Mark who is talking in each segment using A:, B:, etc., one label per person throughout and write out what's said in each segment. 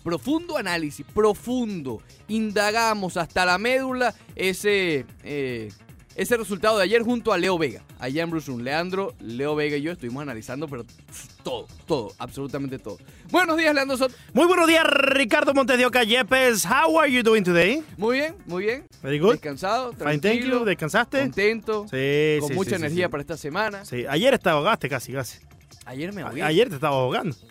A: profundo análisis, profundo. Indagamos hasta la médula ese, eh, ese resultado de ayer junto a Leo Vega. Allá en Bruce Room. Leandro, Leo Vega y yo estuvimos analizando, pero todo, todo, absolutamente todo. Buenos días, Leandro Soto.
B: Muy buenos días, Ricardo Montes de Oca Yepes. How are you doing today?
A: Muy bien, muy bien.
B: Very good.
A: Descansado,
B: Fine, thank
A: tranquilo,
B: you. ¿Descansaste?
A: contento,
B: Sí,
A: con
B: sí,
A: mucha
B: sí, sí,
A: energía
B: sí.
A: para esta semana.
B: Sí, ayer te ahogaste casi, casi.
A: Ayer me
B: A-
A: ahogué.
B: Ayer te estabas ahogando.
A: Ah,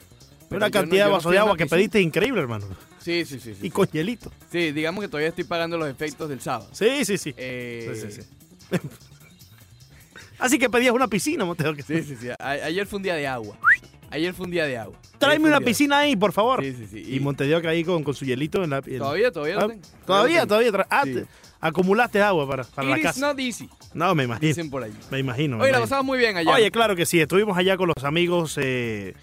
A: Pero
B: Una
A: yo
B: cantidad
A: no- yo
B: de
A: no
B: vasos
A: fui
B: de
A: a una
B: agua que
A: piscina.
B: pediste increíble, hermano.
A: Sí, sí, sí. sí,
B: Y con hielito.
A: Sí, digamos que todavía estoy pagando los efectos del sábado.
B: Sí, sí, sí.
A: Eh,
B: Sí, sí, sí. Así que pedías una piscina, Montes de Oca.
A: Sí, sí, sí. A- ayer fue un día de agua. Ayer fue un día de agua. Ayer fue
B: Tráeme
A: un
B: una
A: día de-
B: piscina ahí, por favor.
A: Sí, sí, sí.
B: Y, Montes de Oca ahí con, con su hielito en la piel.
A: Todavía, todavía lo tengo.
B: todavía,
A: Todavía
B: todavía. tra- Ah,
A: Sí.
B: te- acumulaste agua para, para
A: It
B: la
A: is
B: casa.
A: not easy,
B: No, me imagino.
A: dicen por ahí.
B: Me imagino. me
A: Oye, la
B: imagino.
A: pasamos muy bien allá.
B: Oye, claro que sí. Estuvimos allá con los amigos eh,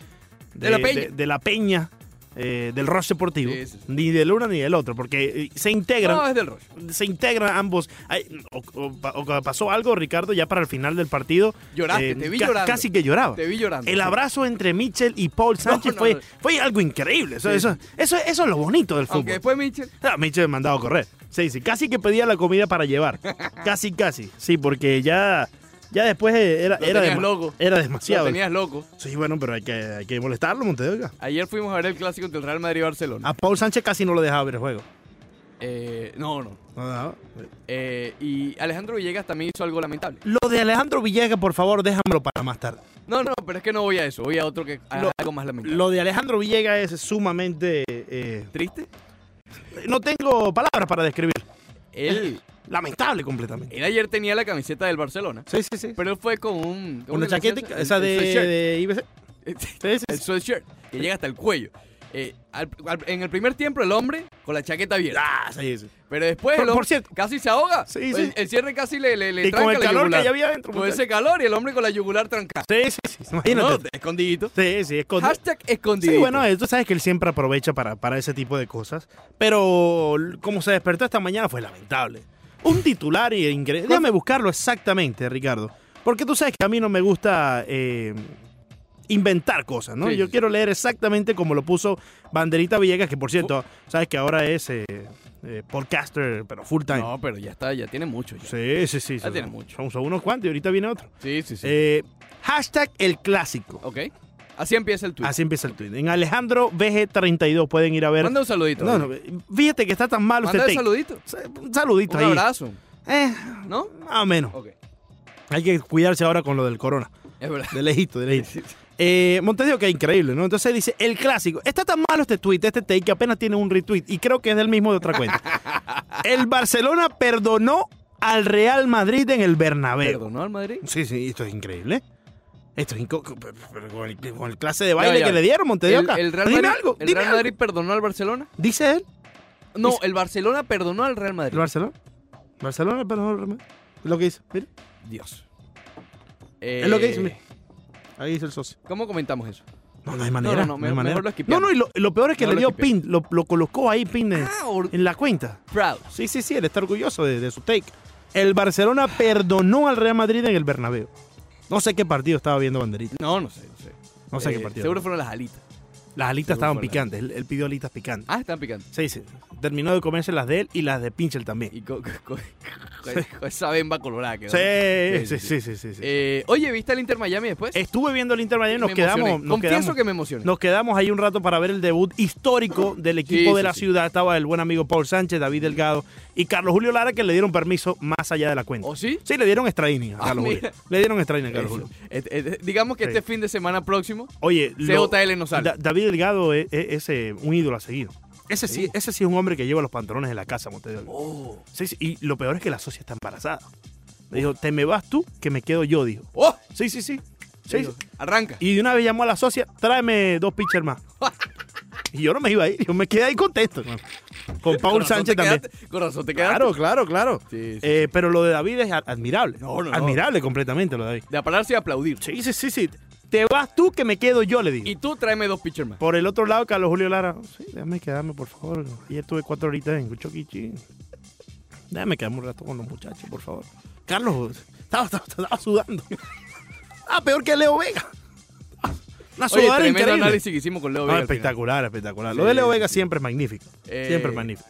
A: De La Peña.
B: de- de La Peña, eh, del Ross Deportivo.
A: Sí, sí, sí.
B: Ni del uno ni del otro, porque eh, se
A: no,
B: integran.
A: es del rollo.
B: Se integran ambos. Ay, o- o pa- o pasó algo, Ricardo, ya para el final del partido. Eh,
A: Lloraste, te vi llorando.
B: Casi que lloraba.
A: Te vi llorando.
B: El abrazo entre Mitchell y Paul Sánchez
A: no,
B: fue,
A: no.
B: fue algo increíble. Eso,
A: Sí.
B: eso, eso, eso es lo bonito del fútbol.
A: Aunque después Mitchell.
B: Ah, Mitchell me mandaba a correr. Sí, sí, casi que pedía la comida para llevar. Casi, casi. Sí, porque ya, ya después eh, era,
A: Lo
B: era,
A: tenías
B: dema-
A: loco.
B: era
A: Lo
B: demasiado.
A: tenías loco.
B: Sí, bueno, pero hay que, hay que molestarlo, Montedioca.
A: Ayer fuimos a ver el clásico entre el Real Madrid y Barcelona.
B: A Paul Sánchez casi no lo dejaba ver el juego.
A: Eh, no, no.
B: No lo dejaba.
A: Eh, y Alejandro Villegas también hizo algo lamentable.
B: Lo de Alejandro Villegas, por favor, déjamelo para más tarde.
A: No, no, pero es que no voy a eso. Voy a otro que haga
B: Lo-
A: algo más lamentable.
B: Lo de Alejandro Villegas es sumamente... eh,
A: ¿Triste?
B: no tengo palabras para describir.
A: Él,
B: Lamentable completamente.
A: él ayer tenía la camiseta del Barcelona.
B: Sí, sí, sí.
A: Pero él fue con un... con
B: Una
A: el-
B: chaqueta,
A: el-
B: esa
A: el
B: de,
A: sweatshirt.
B: de IBC. Sí, sí,
A: el
B: sí.
A: sweatshirt, que llega hasta el cuello. Eh, al- al- en el primer tiempo el hombre con la chaqueta abierta.
B: Ah, sí, sí.
A: Pero después
B: Por-
A: el hombre
B: por cierto.
A: casi se ahoga. Pues
B: Sí,
A: El,
B: sí.
A: el cierre casi le, le, le
B: Y con
A: tranca
B: el
A: la
B: calor que
A: yugular.
B: había adentro.
A: Con ese calor y el hombre con la yugular trancada.
B: Sí, sí, sí.
A: No,
B: Imagínate.
A: escondidito.
B: Sí, sí, es con...
A: Hashtag escondidito.
B: Sí, bueno, eh, tú sabes que él siempre aprovecha para, para ese tipo de cosas. Pero l- como se despertó esta mañana fue lamentable. Un titular y increíble. Déjame buscarlo exactamente, Ricardo. Porque tú sabes que a mí no me gusta eh, inventar cosas, ¿no?
A: Sí,
B: Yo
A: sí,
B: quiero leer exactamente como lo puso Banderita Villegas, que
A: Oh.
B: por cierto, sabes que ahora es eh, eh, podcaster, pero full time.
A: No, pero ya está, ya tiene mucho. ya. Sí,
B: Sí, sí, sí.
A: Ya
B: son-
A: tiene mucho.
B: Son, son unos cuantos y ahorita viene otro.
A: sí, sí.
B: Eh, hashtag el clásico.
A: ok. Así empieza el tweet.
B: Así empieza el tweet. En Alejandro VG32 pueden ir a ver.
A: Manda un saludito.
B: No, no, fíjate que está tan mal usted.
A: Manda un
B: take.
A: saludito.
B: Sa- Un saludito
A: Un
B: ahí.
A: abrazo.
B: Eh,
A: ¿No?
B: más o menos.
A: Ok.
B: Hay que cuidarse ahora con lo del corona.
A: Es verdad.
B: De lejito, de lejito. Eh, Montes dijo que es increíble, ¿no? Entonces dice, el clásico. Está tan malo este tweet, este take, que apenas tiene un retweet. Y creo que es del mismo de otra cuenta. el Barcelona perdonó al Real Madrid en el Bernabéu.
A: ¿Perdonó al Madrid?
B: Sí, sí, esto es increíble. Esto es inco- pero- pero con, el, con el clase de baile
A: ya.
B: que le dieron, Montedio.
A: El, el Real
B: dime
A: Madrid,
B: algo,
A: el
B: dime
A: Real
B: algo.
A: Madrid perdonó al Barcelona.
B: Dice él,
A: No,
B: Dice-
A: el Barcelona perdonó al Real
B: el
A: Madrid.
B: Barcelona. Barcelona, perdón, lo que dice, mira.
A: Dios.
B: Es lo que dice,
A: Eh,
B: mira. Ahí dice el socio.
A: ¿Cómo comentamos eso?
B: No, no hay manera.
A: no,
B: No,
A: me-
B: hay
A: mejor
B: manera.
A: lo esquipeamos.
B: no, no, y lo, lo peor es que
A: Mejor
B: le
A: lo
B: dio pin, lo, lo colocó ahí pin en,
A: Ah, or-
B: en la cuenta.
A: proud.
B: Sí, sí, sí, él está orgulloso de, de su take. El Barcelona perdonó al Real Madrid en el Bernabéu. No sé qué partido estaba viendo Banderita.
A: No, no sé, no sé.
B: No sé
A: Eh,
B: qué partido.
A: Seguro fueron las alitas.
B: Las alitas
A: seguro
B: estaban
A: fue la-
B: picantes. Él, él pidió alitas picantes.
A: Ah, están picando.
B: Sí, sí. Terminó de comerse las de él y las de Pinchel también.
A: Y con, con- con- con esa bemba colorada que
B: Sí,
A: sí,
B: sí,
A: sí.
B: sí, sí, sí. sí.
A: Eh, oye, ¿viste el Inter Miami después?
B: Estuve viendo el Inter Miami, nos
A: Me
B: quedamos,
A: emocioné.
B: nos
A: Confieso
B: quedamos,
A: que me emocioné.
B: nos quedamos ahí un rato para ver el debut histórico del
A: Sí,
B: equipo de
A: sí,
B: la
A: sí.
B: ciudad. Estaba el buen amigo Paul Sánchez, David Delgado y Carlos Julio Lara que le dieron permiso más allá de la cuenta.
A: ¿O sí?
B: Sí, le dieron extra inning a
A: Oh. Ah,
B: Carlos
A: mira.
B: Julio. Le dieron extra inning a Carlos Julio.
A: Este- este- digamos que
B: Sí.
A: este fin de semana próximo,
B: Oye, lo-
A: CJL no sale.
B: Da- David Delgado es, es- es, eh, un ídolo a seguir. Ese sí,
A: Sí.
B: ese sí es un hombre que lleva los pantalones de la casa, Montevideo.
A: ¡Oh!
B: Sí, sí, y lo peor es que la socia está embarazada. Le dijo, te me vas tú, que me quedo yo, dijo.
A: ¡Oh!
B: Sí, sí, sí. Sí,
A: Digo,
B: sí.
A: Arranca.
B: Y de una vez llamó a la socia, tráeme dos pitchers más. Y yo no me iba a ir, yo me quedé ahí contento. hermano. Con
A: Con
B: Paul
A: razón
B: Sánchez
A: te
B: también.
A: quedaste- Con razón te quedaste.
B: Claro, claro, claro.
A: Sí, sí,
B: Eh, Pero lo de David es a- admirable.
A: No, no, no.
B: admirable completamente lo de David.
A: De pararse y aplaudir.
B: Sí, sí, sí, sí. Te vas tú que me quedo yo, le digo.
A: Y tú tráeme dos pitchers más.
B: Por el otro lado, Carlos Julio Lara. Sí, déjame quedarme, por favor. Ayer tuve cuatro horitas en Choquichi. Déjame quedarme un rato con los muchachos, por favor. Carlos, estaba, estaba- estaba sudando. Ah, peor que Leo Vega. Una
A: Oye,
B: sudadera
A: tremendo
B: increíble. Ah,
A: análisis que hicimos con Leo
B: No,
A: Vega. al final.
B: espectacular, espectacular.
A: Sí,
B: Lo de Leo
A: sí,
B: Vega
A: sí.
B: siempre es magnífico.
A: Eh,
B: Siempre es magnífico.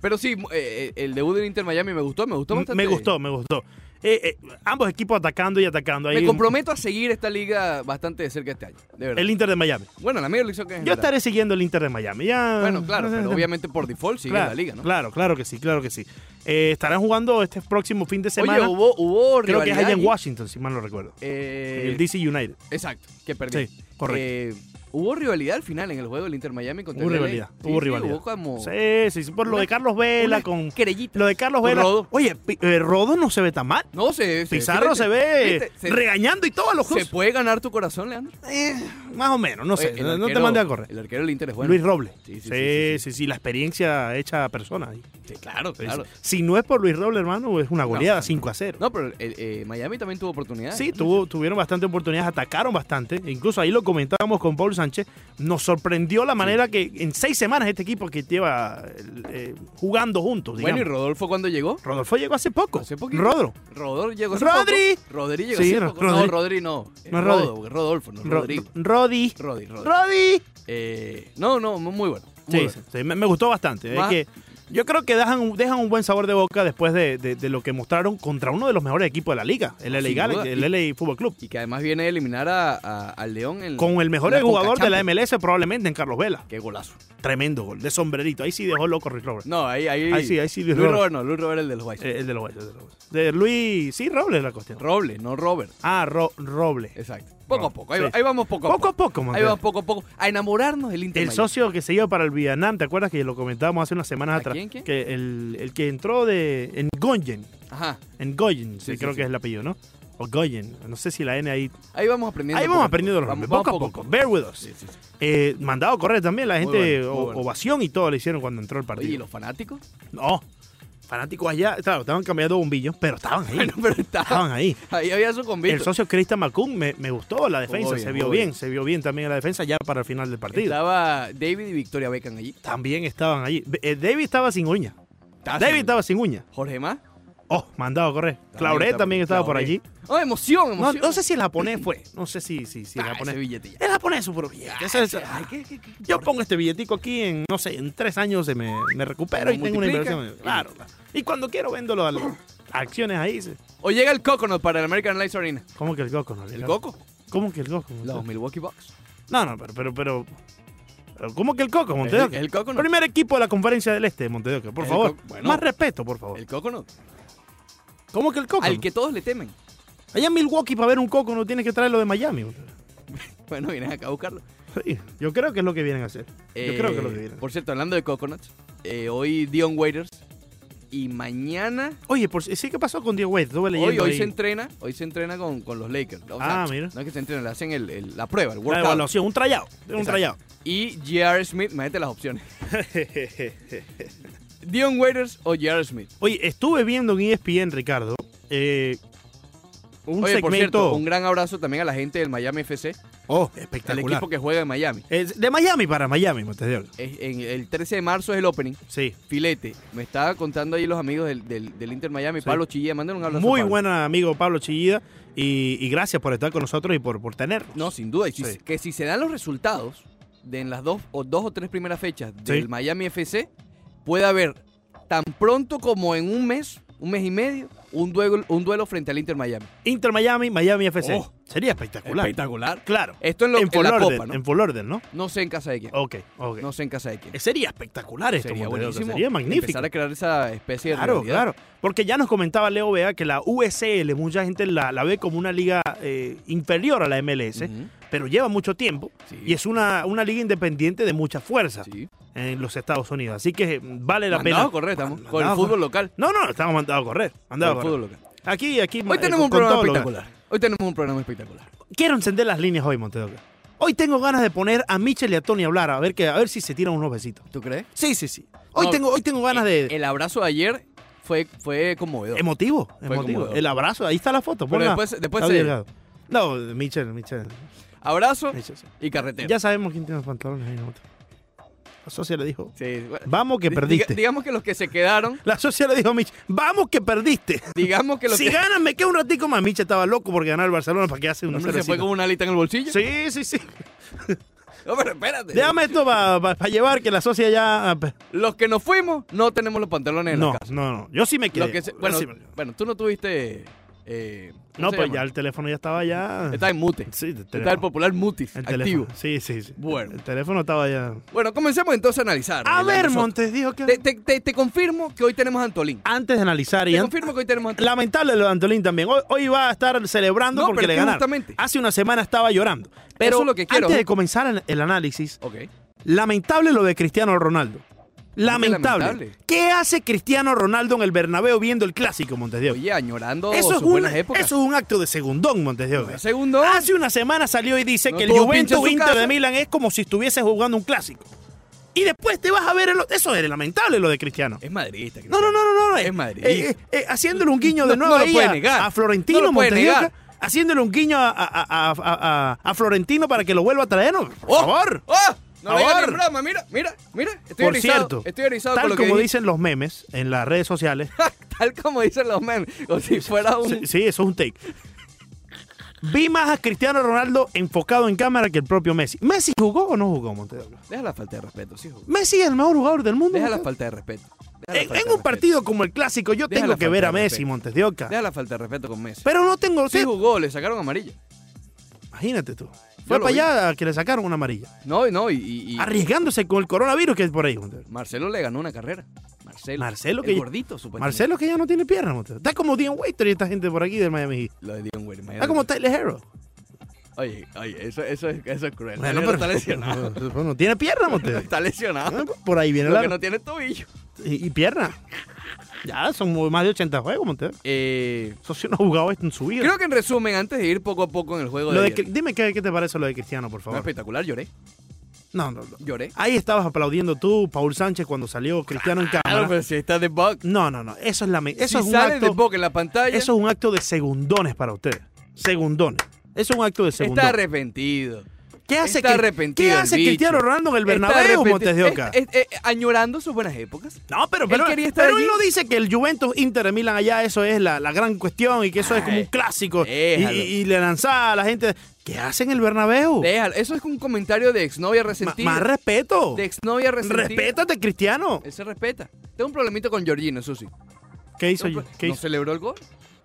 A: Pero sí, mu- eh, eh, el debut del Inter Miami me gustó, me gustó bastante.
B: Me gustó, me gustó. Eh, eh, ambos equipos atacando y atacando. Ahí
A: Me
B: un-
A: comprometo a seguir esta liga bastante de cerca este año, de verdad.
B: El Inter de Miami.
A: Bueno, la Major League Soccer en
B: Yo
A: general.
B: estaré siguiendo el Inter de Miami. Ya...
A: Bueno, claro, pero obviamente por default sigue
B: claro,
A: la liga, ¿no?
B: Claro, claro que sí, claro que sí. Eh, estarán jugando este próximo fin de semana.
A: Oye, hubo, hubo
B: creo que es allá en
A: rivalidad
B: Washington, si mal no recuerdo.
A: y- eh,
B: En el DC United.
A: Exacto, que perdí.
B: Sí, correcto.
A: Eh, hubo rivalidad al final en el juego del Inter Miami contra
B: Hubo
A: el LA.
B: rivalidad,
A: Sí,
B: hubo
A: sí,
B: rivalidad.
A: Hubo como
B: Sí, sí, sí, por lo
A: oh. Una-
B: de Carlos Vela
A: una
B: con...
A: querellita.
B: Lo de Carlos Vela.
A: Rodo.
B: Oye, pi- eh, Rodo no se ve tan mal.
A: No, se, se-
B: Pizarro
A: fíjate,
B: se ve
A: viste, se-
B: regañando y todo a los
A: ¿Se
B: juegos.
A: puede ganar tu corazón, Leandro?
B: Eh, más o menos, no sé.
A: Oye, el
B: no te
A: arquero-
B: mandé a correr.
A: El arquero del Inter es bueno.
B: Luis Robles.
A: Sí, sí,
B: Sí sí
A: sí,
B: sí,
A: sí,
B: la experiencia hecha a persona. ahí.
A: Sí, claro, claro.
B: Si no es por Luis Robles, hermano, es una goleada
A: no.
B: 5 a 0.
A: No, pero eh, eh, Miami también tuvo oportunidades.
B: Sí,
A: ¿no?
B: tuvo- tuvieron bastante oportunidades, atacaron bastante. Incluso ahí lo comentábamos con Paul Sánchez. Nos sorprendió la manera que en seis semanas este equipo que lleva eh, jugando juntos.
A: Bueno, ¿y
B: digamos.
A: Rodolfo cuándo llegó?
B: Rodolfo llegó hace poco.
A: Hace poquito.
B: Rodro.
A: Rodolfo llegó hace
B: ¡Rodri!
A: poco. Rodri llegó
B: Sí,
A: hace
B: Ro-
A: poco. No,
B: Rodri.
A: Rodri no. Eh,
B: No es
A: Rodo, Rodolfo, no
B: Ro-
A: Rodrigo.
B: Rodi.
A: Rodri, Rodri.
B: Rodi.
A: Eh, no, no, mu- muy bueno. muy
B: Sí,
A: bueno.
B: sí, me, me gustó bastante. Es
A: Más-
B: que yo creo que dejan, un- dejan un buen sabor de boca después de, de- de lo que mostraron contra uno de los mejores equipos de la liga, el LA,
A: Sin
B: Galaxy-
A: duda.
B: el LA Fútbol Club.
A: Y que además viene a eliminar a- a- al León en
B: Con el mejor
A: en Mm. la
B: jugador de la
A: Concachampions.
B: MLS probablemente en Carlos Vela.
A: Qué golazo.
B: Tremendo gol, de sombrerito. Ahí sí dejó loco Rick Robles.
A: No, ahí, ahí.
B: Ahí sí, ahí sí, Luis
A: Luis
B: Robert.
A: Robert no, Luis Robert el de los White Sox.
B: Eh, el de los Guayos, el de los Guayos. De Luis, sí, Robles es la cuestión.
A: Roble, no Robert.
B: ah, Ro- Robles.
A: Exacto. Poco a poco. Ahí,
B: Sí.
A: ahí vamos poco a
B: Poco
A: poco.
B: a poco, man.
A: Ahí vamos poco a poco. A enamorarnos del Inter.
B: El
A: Miami.
B: socio que se iba para el Vietnam, ¿te acuerdas que lo comentábamos hace unas semanas
A: ¿A
B: atrás?
A: quién, quién?
B: Que el, el que entró de en Goyen,
A: Ajá.
B: en Goyen,
A: Sí, sí,
B: creo
A: sí.
B: que es el apellido, ¿no? O Goyen, no sé si la N ahí.
A: Ahí vamos aprendiendo.
B: Ahí
A: poco
B: vamos
A: a
B: aprendiendo los
A: Vamos-
B: nombres,
A: vamos
B: poco a poco. Bear with us.
A: Sí, sí, sí.
B: Eh, mandado a correr también, la
A: Muy
B: gente,
A: bueno, muy
B: o-
A: bueno.
B: ovación y todo le hicieron cuando entró el
A: Oye, ¿y
B: partido.
A: los fanáticos?
B: No, fanáticos allá, claro, estaban cambiando bombillos, pero estaban ahí.
A: Bueno, pero está.
B: estaban ahí.
A: Ahí había su
B: El
A: convito.
B: socio Cristian Macum me, me gustó la defensa,
A: bien,
B: se
A: jugó
B: vio
A: bien.
B: bien, se vio bien también la defensa ya para el final del partido.
A: Estaba David y Victoria Beckham allí.
B: También estaban allí. Be- eh, David estaba sin uña.
A: Estaba
B: David
A: sin-
B: estaba sin uña.
A: Jorge Más.
B: Oh, mandado a correr. Clauret también estaba por allí.
A: Oh, emoción,
B: No,
A: emoción.
B: no sé si el japonés fue. No sé si, si, si el
A: Ah, ese
B: japonés.
A: billetilla.
B: El japonés es su propio billete. Ese es-
A: Ay, qué- qué- qué-
B: Yo pongo este billetico aquí en, no sé, en tres años se me, me recupero
A: Lo
B: y tengo una
A: multiplica.
B: inversión. Claro. claro. Y cuando quiero vendo las acciones ahí. se-
A: O llega el Coconut para el American Lights Arena.
B: ¿Cómo que el Goku? no?
A: ¿El Coco?
B: ¿Cómo que el Goku? no?
A: Los Milwaukee Bucks.
B: No, no, pero, pero, pero. pero ¿Cómo que el Coco,
A: El,
B: Montedoca?
A: el Coconut.
B: Primer equipo de la conferencia del Este de Montedoca, por
A: El
B: favor.
A: Coco- bueno.
B: Más respeto, por favor.
A: El Coconut.
B: ¿Cómo que el Coco?
A: Al que todos le temen.
B: Allá en Milwaukee para ver un Coco no tienes que traerlo de Miami. Montedoca.
A: Bueno, vienen acá a buscarlo.
B: Sí, yo creo que es lo que vienen a hacer. Yo
A: Eh,
B: creo que es lo que vienen.
A: Por cierto, hablando de Coconuts, eh, hoy Dion Waiters y mañana.
B: Oye, por, sí, ¿qué pasó con Diego Wade? Estuve
A: Hoy,
B: leyendo
A: hoy
B: ahí.
A: se entrena, hoy se entrena con, con los Lakers. O
B: Ah, mira.
A: No es que se entrena, le hacen el- el- la prueba, el
B: La
A: workout.
B: evaluación, un trayado. Un
A: Exacto.
B: trayado.
A: y J.R. Smith, imagínate las opciones. Dion Waiters o J.R. Smith.
B: Oye, estuve viendo en E ESPN, Ricardo, eh, un
A: Oye,
B: segmento.
A: por cierto, un gran abrazo también a la gente del Miami FC,
B: Oh,
A: el
B: espectacular.
A: equipo que juega en Miami.
B: Es de Miami para Miami, Montedoca.
A: Es- en- el 13 de marzo es el opening.
B: Sí.
A: Filete, me estaba contando ahí los amigos del, del- del Inter Miami,
B: Sí.
A: Pablo Chillé, manden un abrazo. a
B: Muy
A: Pablo.
B: buen amigo Pablo Chillida y, y gracias por estar con nosotros y por, por tenernos.
A: No, sin duda. Y si-
B: Sí.
A: que si se dan los resultados de en las dos o dos o tres primeras fechas del
B: Sí.
A: Miami FC, puede haber tan pronto como en un mes, un mes y medio, un duelo, un duelo frente al Inter Miami.
B: Inter Miami, Miami FC.
A: Oh.
B: Sería espectacular.
A: Espectacular.
B: Claro.
A: Esto en, lo,
B: en
A: en
B: full
A: la
B: order,
A: Copa, ¿no?
B: en full order, ¿no?
A: No sé en casa de quién.
B: Ok, ok.
A: No sé en casa de quién.
B: Eh, Sería espectacular esto,
A: Sería
B: Montevideo,
A: buenísimo.
B: Sería magnífico.
A: Empezar a crear esa especie de
B: Claro,
A: rivalidad.
B: claro. Porque ya nos comentaba Leo Vea que la USL, mucha gente la, la ve como una liga eh, inferior a la MLS,
A: Ujú.
B: pero lleva mucho tiempo
A: Sí.
B: y es una, una liga independiente de mucha fuerza
A: Sí.
B: en los Estados Unidos. Así que mm, vale la
A: Mandados a
B: pena.
A: correr, estamos.
B: Mandados
A: Con
B: a
A: el
B: correr.
A: fútbol local.
B: No, no, estamos mandados a correr. mandados
A: Con el
B: a correr.
A: fútbol local.
B: Aquí, aquí.
A: Hoy
B: eh,
A: tenemos un
B: con
A: programa
B: todo lo que-
A: espectacular. Hoy tenemos un programa espectacular.
B: Quiero encender las líneas hoy, Montedoca. Hoy tengo ganas de poner a Michel y a Tony a hablar, a ver, que, a ver si se tiran unos besitos.
A: ¿Tú crees?
B: Sí, sí, sí. Hoy,
A: No, eh,
B: tengo, hoy tengo ganas de...
A: El abrazo de ayer fue, fue conmovedor.
B: Emotivo,
A: Fue
B: emotivo.
A: conmovedor.
B: El abrazo, ahí está la foto.
A: Pero
B: ponla.
A: después, después
B: Está
A: se-
B: delgado. No, Michel, Michel.
A: abrazo
B: Michel, sí.
A: y carretera.
B: Ya sabemos quién tiene los pantalones ahí en la foto. La socia le dijo,
A: Sí, bueno,
B: vamos que
A: di-
B: perdiste.
A: diga- digamos que los que se quedaron,
B: La socia le dijo a Michi, vamos que perdiste.
A: digamos que los
B: Si
A: que
B: ganas, me quedo un ratico más. Michi estaba loco porque ganar el Barcelona para que hace un
A: Hombre, se fue con una alita en el bolsillo.
B: Sí, sí, sí.
A: No, pero espérate.
B: Déjame esto para llevar que la socia ya... ah,
A: Los que nos fuimos no tenemos los pantalones en
B: No,
A: la casa.
B: no, no. Yo sí me
A: Los
B: quedé.
A: que se-
B: Yo
A: bueno,
B: sí me quedé.
A: bueno, tú no tuviste. eh, ¿cómo
B: No,
A: se
B: pues
A: llama?
B: ya el teléfono ya estaba ya...
A: Está en mute.
B: Sí, el
A: Está el
B: teléfono.
A: popular mutis,
B: El
A: activo.
B: teléfono. Sí, sí, sí.
A: Bueno.
B: El teléfono estaba ya...
A: Bueno, comencemos entonces a analizar.
B: A
A: el-
B: ver,
A: nosotros.
B: Montes dijo que...
A: Te, te- te- te confirmo que hoy tenemos a Antolín.
B: Antes de analizar Ah, y
A: Te
B: an-
A: confirmo que hoy tenemos a Antolín.
B: Lamentable lo de Antolín también. Hoy, hoy va a estar celebrando
A: No,
B: porque
A: pero
B: le
A: es que
B: ganaron.
A: justamente.
B: Hace una semana estaba llorando. Pero
A: Eso es lo que quiero,
B: antes de
A: ¿no?
B: comenzar el- el análisis,
A: Ok.
B: lamentable lo de Cristiano Ronaldo. Lamentable.
A: lamentable?
B: ¿Qué hace Cristiano Ronaldo en el Bernabéu viendo el clásico, Montesdiego?
A: Oye, añorando
B: Eso es,
A: sus
B: un,
A: buenas épocas.
B: eso es un acto de segundón, Montesdiego.
A: Segundo.
B: Hace una semana salió y dice
A: No
B: que el
A: tuvo pinche en
B: Juventus
A: su
B: Inter
A: casa.
B: de Milán es como si estuviese jugando un clásico. Y después te vas a ver el o- Eso es lamentable lo de Cristiano.
A: Es madridista.
B: No, no, no, no, no. eh,
A: Es madridista.
B: eh, eh, eh, haciéndole un guiño de
A: No,
B: nuevo
A: no lo
B: ahí
A: puede
B: a-
A: negar.
B: a, Florentino
A: No lo puede
B: Montevideo,
A: negar.
B: Haciéndole un guiño a, a- a- a- a- a Florentino para que lo vuelva a traer. No, por
A: ¡Oh!
B: favor.
A: ¡Oh! No
B: Por
A: me digas
B: favor.
A: ni broma, mira, mira, mira. Estoy
B: por
A: erizado,
B: cierto,
A: Estoy erizado
B: tal
A: con lo que
B: como
A: dijiste.
B: dicen los memes en las redes sociales.
A: Tal como dicen los memes. O si fuera un.
B: sí, sí, eso es un take. Vi más a Cristiano Ronaldo enfocado en cámara que el propio Messi. ¿Messi jugó o no jugó, Montedoro?
A: Deja la falta de respeto, sí, joven.
B: Messi es el mejor jugador del mundo.
A: Deja la
B: Montedoro.
A: falta de respeto. Deja la
B: En,
A: falta de
B: en un
A: respeto.
B: partido como el clásico, yo
A: Deja la
B: tengo que
A: falta
B: ver
A: de
B: a Messi,
A: respeto.
B: Montes de Oca.
A: Deja la falta de respeto con Messi.
B: Pero no tengo.
A: sí jugó, le sacaron amarilla.
B: Imagínate tú. Fue
A: lo
B: para
A: vi.
B: allá a que le sacaron una amarilla.
A: No, y no, y. y- y-
B: Arriesgándose con el coronavirus que es por ahí. Montero.
A: Marcelo le ganó una carrera. Marcelo.
B: Marcelo,
A: el
B: que-
A: gordito, supuestamente.
B: Marcelo que ya no tiene piernas. Montero. Está como Dean Waiter y esta gente por aquí del Miami Heat.
A: Lo de Dion Waiters,
B: Está
A: imagínate.
B: como Tyler Hero.
A: Oye, oye, eso, eso, es, eso es cruel. Tyler está lesionado.
B: Bueno, tiene pierna, Montero.
A: Está lesionado.
B: pues, Por ahí viene
A: Lo
B: la...
A: que no tiene es tobillo.
B: Y, y pierna. Ya, son muy- más de 80 juegos, Montero.
A: Eh,
B: Eso sí no ha jugado esto en su vida.
A: creo que en resumen, antes de ir poco a poco en el juego
B: Lo
A: de. pues.
B: de
A: ayer,
B: Cri- dime qué, qué te parece lo de Cristiano, por
A: fue
B: favor.
A: espectacular, lloré.
B: No, no, no.
A: Lloré.
B: Ahí estabas aplaudiendo tú, Paul Sánchez, cuando salió Cristiano en
A: Claro,
B: cámara.
A: pero si está de bug.
B: No, no, no. Eso es la... me- Eso
A: si
B: es un
A: sale de
B: acto...
A: Boca en la pantalla,
B: Eso es un acto de segundones para ustedes. Segundones. Eso es un acto de
A: está
B: segundones.
A: arrepentido.
B: ¿Qué hace,
A: está
B: Cri-
A: arrepentido
B: ¿qué
A: el
B: hace
A: bicho.
B: Cristiano Ronaldo en el
A: Está
B: Bernabéu,
A: arrepentido.
B: Montes de Oca?
A: Es- es- eh, añorando sus buenas épocas.
B: no, pero,
A: él
B: pero,
A: quería estar
B: pero él
A: allí.
B: no dice que el Juventus Inter de Milan allá eso es la, la gran cuestión y que eso es como
A: Ay,
B: un clásico. Y,
A: déjalo.
B: y- y le lanzaba a la gente. ¿Qué hacen en el Bernabéu?
A: Déjalo. Eso es un comentario de exnovia
B: Uh. Ma-
A: resentida.
B: más respeto.
A: de exnovia resentida.
B: Respétate, Cristiano.
A: Él se respeta. Tengo un problemito con Georgino, eso sí.
B: ¿Qué hizo?
A: No,
B: ¿Qué
A: no
B: hizo?
A: celebró el gol.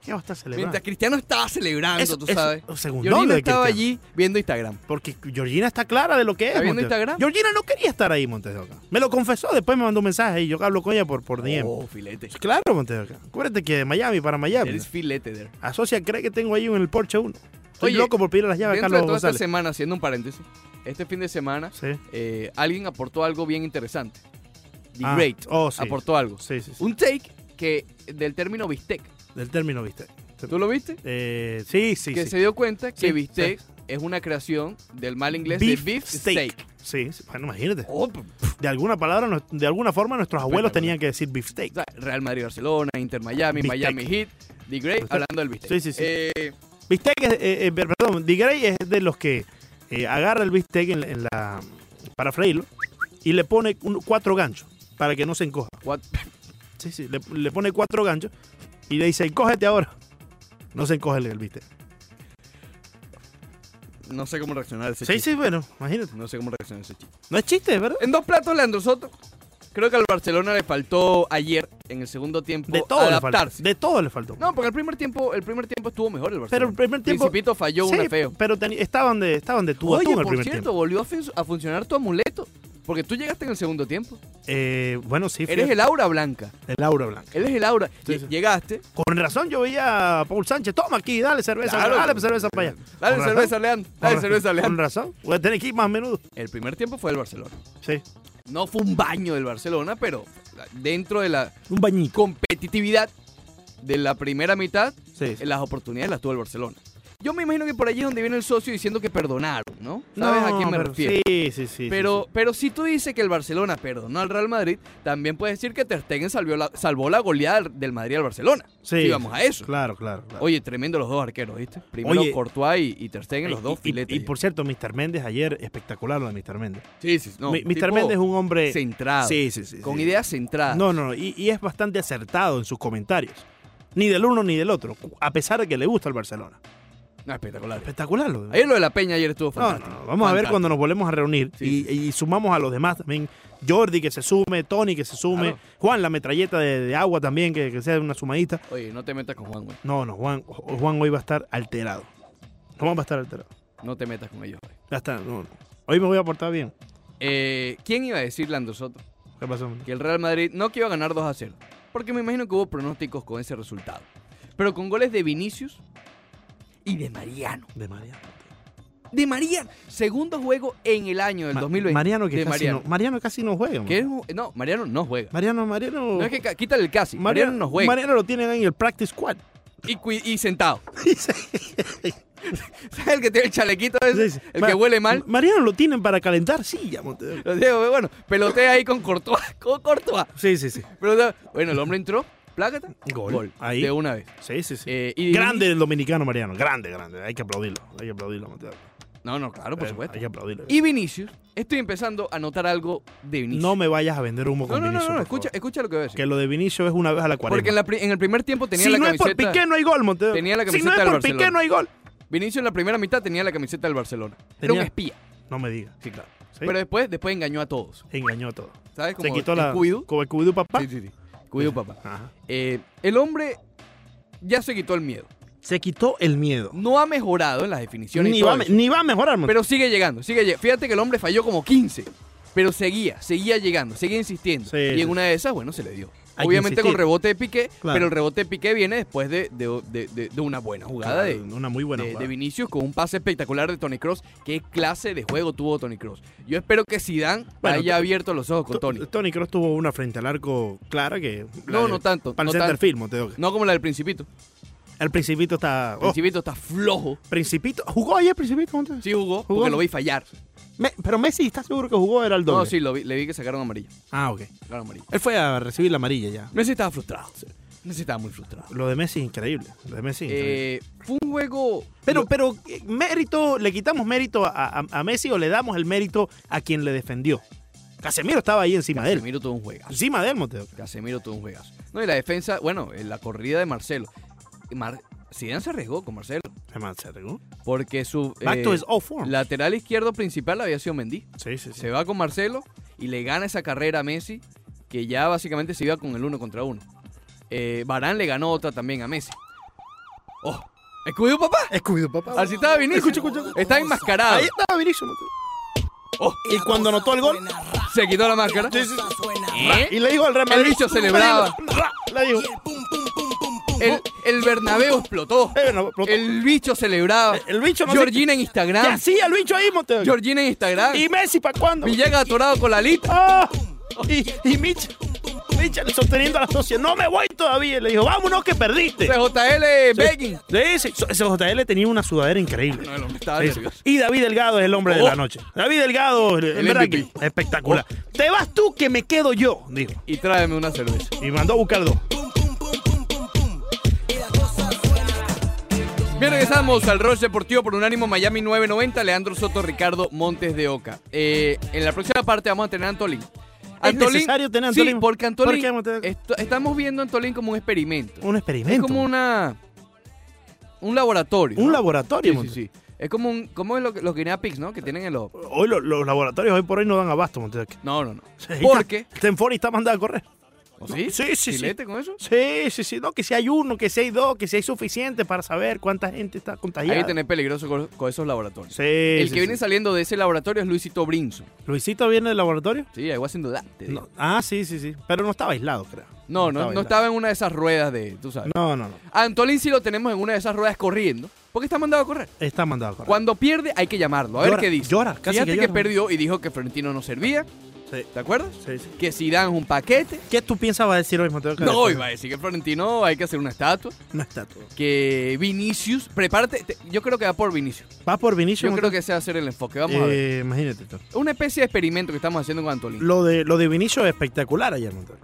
B: ¿Qué va a estar celebrando?
A: Mientras Cristiano estaba celebrando,
B: Eso-
A: tú
B: eso-
A: sabes.
B: un segundón
A: Georgino
B: lo de
A: estaba
B: Cristiano.
A: allí viendo Instagram.
B: Porque Georgina está clara de lo que es.
A: ¿Está viendo
B: Montes.
A: Instagram?
B: Georgina no quería estar ahí, Montes de Oca. Me lo confesó, después me mandó un mensaje y yo hablo con ella por, por DM.
A: Oh, filete.
B: Claro, Montes de Oca. Acuérdate que de Miami para Miami.
A: Eres filete. there.
B: Asocia cree que tengo ahí en el Porsche uno. Estoy
A: Oye,
B: loco por pedirle las llaves a
A: Dentro
B: Carlos
A: de toda esta
B: González.
A: semana, haciendo un paréntesis, este fin de semana
B: Sí.
A: eh, alguien aportó algo bien interesante. The
B: Ah,
A: Great
B: oh, sí.
A: aportó algo.
B: Sí, sí, sí.
A: Un take que del término bistec.
B: Del término, ¿viste?
A: ¿Tú lo viste?
B: Eh, sí, sí,
A: que
B: sí.
A: se dio cuenta que
B: Sí,
A: bistec es una creación del mal inglés de beef steak.
B: steak. Sí, sí. Bueno, imagínate.
A: Oh, p- o
B: De alguna palabra, no- de alguna forma, nuestros abuelos tenían que decir beef steak.
A: sea, Real Madrid Barcelona, Inter Miami,
B: Bistec.
A: Miami Heat, The Great, hablando del bistec.
B: Sí, sí, sí.
A: Eh,
B: Bistec es, eh, eh, perdón, The Grey es de los que eh, agarra el bistec en, en la, para freírlo y le pone un- cuatro ganchos para que no se encoja.
A: what-
B: Sí, sí, le, le pone cuatro ganchos y le dice, encógete ahora. No se encoge el, el bistec.
A: no sé cómo reaccionar a ese
B: Sí,
A: chiste.
B: sí, bueno, imagínate.
A: No sé cómo reaccionar a ese chiste.
B: No es chiste, ¿verdad?
A: En dos platos, Leandro Soto. Creo que al Barcelona le faltó ayer, en el segundo tiempo,
B: De todo le faltó.
A: adaptarse.
B: De todo le faltó.
A: No, porque el primer tiempo, el primer tiempo estuvo mejor el Barcelona.
B: pero el primer tiempo...
A: Principito falló
B: Sí,
A: una feo.
B: pero teni- estaban de estaban de tú a
A: Oye,
B: tú en el
A: por
B: primer
A: cierto,
B: tiempo.
A: volvió a, fun- a funcionar tu amuleto. Porque tú llegaste en el segundo tiempo.
B: Eh, bueno, sí,
A: Eres el aura blanca.
B: el aura blanca.
A: Él es el aura.
B: Sí,
A: Lle-
B: sí.
A: Llegaste.
B: Con razón yo veía a Paul Sánchez, toma aquí, dale cerveza,
A: Claro.
B: dale cerveza para allá.
A: Dale
B: Con
A: cerveza, Leandro. Dale
B: Con-
A: cerveza,
B: Con
A: Leandro.
B: razón. Voy a tener que ir más a menudo.
A: El primer tiempo fue el Barcelona.
B: Sí.
A: No fue un baño del Barcelona, pero dentro de la
B: Un bañito.
A: competitividad de la primera mitad,
B: Sí. sí.
A: las oportunidades las tuvo el Barcelona. Yo me imagino que por allí es donde viene el socio diciendo que perdonaron, ¿no? ¿Sabes a quién me
B: pero
A: refiero?
B: Sí, sí, sí.
A: pero,
B: sí,
A: pero si tú dices que el Barcelona perdonó al Real Madrid, también puedes decir que Ter Stegen salvió la- salvó la goleada del- del Madrid al Barcelona.
B: sí.
A: si vamos a eso.
B: Claro, claro. claro.
A: Oye, tremendo los dos arqueros, ¿viste? Primero
B: Oye.
A: Courtois y, y Ter Stegen, los
B: Y-
A: dos
B: y-
A: filetes.
B: Y, por cierto, Mr. Méndez ayer, espectacular lo de Mr. Méndez.
A: sí, sí, no,
B: Mi- Mr.
A: tipo
B: Méndez es un hombre...
A: centrado,
B: Sí, sí, sí.
A: con
B: sí.
A: ideas centradas.
B: No, no, y, y es bastante acertado en sus comentarios. Ni del uno ni del otro, a pesar de que le gusta el Barcelona.
A: No, espectacular.
B: Espectacular lo de...
A: Ayer lo de la Peña ayer estuvo
B: No,
A: fantástico.
B: no, no, Vamos a ver
A: Fantástico.
B: cuando nos volvemos a reunir
A: Sí,
B: y, y sumamos a los demás también. Jordi que se sume, Tony que se sume,
A: Claro.
B: Juan la metralleta de, de agua también, que, que sea una sumadita.
A: Oye, no te metas con Juan, güey.
B: No, no, Juan, o- Juan hoy va a estar alterado. Juan va a estar alterado.
A: No te metas con ellos, güey.
B: Ya está, no, no. Hoy me voy a portar bien.
A: Eh, ¿Quién iba a decir, Lando Soto,
B: ¿Qué pasó?
A: que el Real Madrid no que iba a ganar 2 a 0? Porque me imagino que hubo pronósticos con ese resultado. Pero con goles de Vinicius y de Mariano.
B: De Mariano.
A: De Mariano. Segundo juego en el año del
B: Ma-
A: 2020.
B: Mariano que
A: de
B: casi
A: Mariano.
B: no. Mariano casi no juega. man.
A: Que es un- no, Mariano no juega.
B: Mariano, Mariano.
A: No es que ca- quítale el casi. Mariano, no juega.
B: Mariano lo tienen ahí en el practice squad.
A: Y, cui- y sentado.
B: Sí, sí.
A: ¿Sabes el que tiene el chalequito ese?
B: Sí, sí.
A: El
B: Ma-
A: que huele mal.
B: Mariano lo tienen para calentar silla. man.
A: Lo digo, bueno, pelotea ahí con Courtois. Con Courtois.
B: Sí, sí, sí.
A: Pero, bueno, el hombre entró, plácata, gol,
B: Ahí.
A: de una vez.
B: Sí, sí, sí.
A: Eh, y
B: Grande el dominicano Mariano, grande, grande. Hay que aplaudirlo, hay que aplaudirlo. Mateo.
A: No, no, claro, por
B: Eh,
A: supuesto.
B: Hay que aplaudirlo.
A: Y Vinicius, estoy empezando a notar algo de Vinicius.
B: no me vayas a vender humo
A: no,
B: con
A: no, no,
B: Vinicius.
A: no,
B: por
A: escucha,
B: favor.
A: escucha lo que voy a decir.
B: Que lo de Vinicius es una vez a la
A: Porque en,
B: 40.
A: la pri- en el primer tiempo tenía
B: si
A: la
B: no es por
A: camiseta.
B: Piqué, no hay gol, Monteo.
A: Tenía la
B: si
A: camiseta
B: no es
A: del
B: por
A: Barcelona.
B: Piqué, no hay gol.
A: Vinicius en la primera mitad tenía la camiseta del Barcelona. Era
B: Tenía-
A: un espía.
B: No me digas.
A: Sí, claro.
B: Sí.
A: Pero después, después engañó a todos.
B: Engañó a todo.
A: ¿Sabes? Como
B: Se quitó
A: el
B: la.
A: Cuido.
B: Como el Cuido, papá.
A: Sí, sí, sí. Cuido, papá.
B: Ajá.
A: Eh, el hombre ya se quitó el miedo.
B: Se quitó el miedo.
A: No ha mejorado en las definiciones. y
B: Ni
A: todo
B: va, a me-
A: eso.
B: ni va a mejorar, Monteo.
A: Pero sigue llegando, sigue llegando. Fíjate que el hombre falló como 15, pero seguía, seguía llegando, seguía insistiendo.
B: Sí,
A: y en
B: sí,
A: una de esas, bueno, se le dio.
B: Hay que
A: Obviamente con
B: insistir.
A: rebote de Piqué,
B: Claro.
A: pero el rebote de Piqué viene después de, de- de- de- de una buena jugada de,
B: Una muy buena
A: de-
B: jugada.
A: de Vinicius con un pase espectacular de Tony Cross. ¿Qué clase de juego tuvo Tony Cross? Yo espero que Zidane
B: Bueno,
A: haya
B: to-
A: abierto los ojos con Tony.
B: To- Tony Cross tuvo una frente al arco clara que. la
A: No,
B: de-
A: no tanto.
B: Para
A: No,
B: el
A: tanto.
B: centerfield, Monteo.
A: No como la del Principito.
B: El Principito está.
A: El
B: oh,
A: Principito está flojo.
B: Principito. ¿Jugó ayer Principito? Monteo?
A: Sí jugó,
B: Jugó.
A: porque lo vi fallar.
B: Me- pero Messi, ¿estás seguro que jugó? Era el doble.
A: No, sí, lo vi, le vi que sacaron amarilla.
B: Ah, ok.
A: Sacaron amarilla.
B: Él fue a recibir la amarilla ya.
A: Messi estaba frustrado. Messi estaba muy frustrado.
B: Lo de Messi es increíble. Lo de Messi es increíble.
A: Eh, fue un juego.
B: pero, pero, eh, mérito, ¿le quitamos mérito a, a- a Messi o le damos el mérito a quien le defendió? Casemiro estaba ahí encima de él.
A: Casemiro tuvo un juegazo.
B: Encima de él, Monteo.
A: Casemiro tuvo un juegazo. No, y la defensa, bueno, en la corrida de Marcelo. Mar Zidane se arriesgó con Marcelo.
B: Además, se regó.
A: Porque su
B: Back
A: eh,
B: to his old form.
A: lateral izquierdo principal había sido Mendy.
B: Sí, sí, sí.
A: Se va con Marcelo y le gana esa carrera a Messi, que ya básicamente se iba con el uno contra uno. Eh, Barán le ganó otra también a Messi. ¡Oh! ¡Escudió, papá!
B: Escudo, papá.
A: Así estaba Vinicius.
B: Escucha, escucha, escucha.
A: Está enmascarado.
B: Ahí estaba Vinicius, Monteo.
A: ¡Oh!
B: Y cuando anotó el gol,
A: Se quitó la máscara. ¿Eh?
B: y le dijo al Real
A: El
B: Madrid.
A: bicho celebraba.
B: Le dijo.
A: El, el Bernabéu explotó.
B: eh, no, pero-
A: El bicho celebraba.
B: El bicho no sé-
A: Georgina en
B: ¿Qué
A: Instagram.
B: hacía el bicho ahí, Monteo?
A: Georgina en Instagram.
B: ¿Y Messi para cuándo?
A: Villegas atorado con la lita.
B: ¡Ah! Y, y Mitch, Mitch sosteniendo a las socias. No me voy todavía. Y le dijo, vámonos que perdiste.
A: CJL Begging.
B: Sí, sí. So- Ese JL tenía una sudadera increíble.
A: No, el hombre estaba
B: Sí, sí.
A: nervioso.
B: Y David Delgado es el hombre de
A: Oh.
B: la noche. David Delgado, en verdad que
A: MVP. Oh.
B: espectacular. Te vas tú que me quedo yo, dijo.
A: Y tráeme una cerveza.
B: Y mandó a buscar dos.
A: Bien, regresamos al Roche Deportivo por Unánimo Miami 990. Leandro Soto, Ricardo Montes de Oca. Eh, en la próxima parte vamos a tener a Antolín.
B: necesario tener a
A: Sí,
B: Antolín?
A: porque Antolín.
B: ¿Por qué, Mateo?
A: esto- estamos viendo a Antolín como un experimento.
B: Un
A: Es
B: experimento.
A: como una. Un laboratorio.
B: Un
A: ¿no?
B: laboratorio.
A: Sí,
B: Monte.
A: sí, sí. Es como, un, como es lo que- los guinea pigs, ¿no? Que tienen en los...
B: Hoy lo- los laboratorios hoy por hoy no dan abasto, Monte.
A: No, no, no.
B: Sí, está-
A: Porque...
B: Tenfori está mandado a correr.
A: ¿O sí?
B: Sí, sí, sí.
A: ¿Filete con eso?
B: Sí, sí, sí. No, que si hay uno, que si hay dos, que si hay suficiente para saber cuánta gente está
A: Hay
B: contagiada.
A: que tener peligroso con, con esos laboratorios.
B: Sí,
A: El
B: sí,
A: que viene
B: sí.
A: saliendo de ese laboratorio es Luisito Brinson.
B: ¿Luisito viene del laboratorio?
A: Sí, algo haciendo da. te digo.
B: No. Ah, sí, sí, sí. Pero no estaba aislado, creo.
A: No, no, no,
B: aislado.
A: estaba en una de esas ruedas de... Tú sabes.
B: No, no, no.
A: A Antolín sí lo tenemos en una de esas ruedas corriendo. Porque está mandado a correr.
B: Está mandado a correr.
A: Cuando pierde hay que llamarlo. A ver
B: Llora,
A: qué dice.
B: llora, casi
A: Fíjate
B: que
A: que,
B: llora.
A: perdió y dijo que Florentino no servía.
B: Sí,
A: ¿Te acuerdas?
B: sí, sí.
A: Que Zidane es un paquete.
B: ¿Qué tú piensas va a decir hoy, Mateo?
A: No, iba a decir que Florentino hay que hacer una estatua.
B: No está todo.
A: Que Vinicius, prepárate. te- yo creo que va por Vinicius.
B: ¿Vas por Vinicius?
A: Yo creo que ese va a ser el enfoque. Vamos a ver.
B: Eh, imagínate tú.
A: Una especie de experimento que estamos haciendo con Antolín.
B: Lo de, lo de Vinicius es espectacular ayer, Montoya.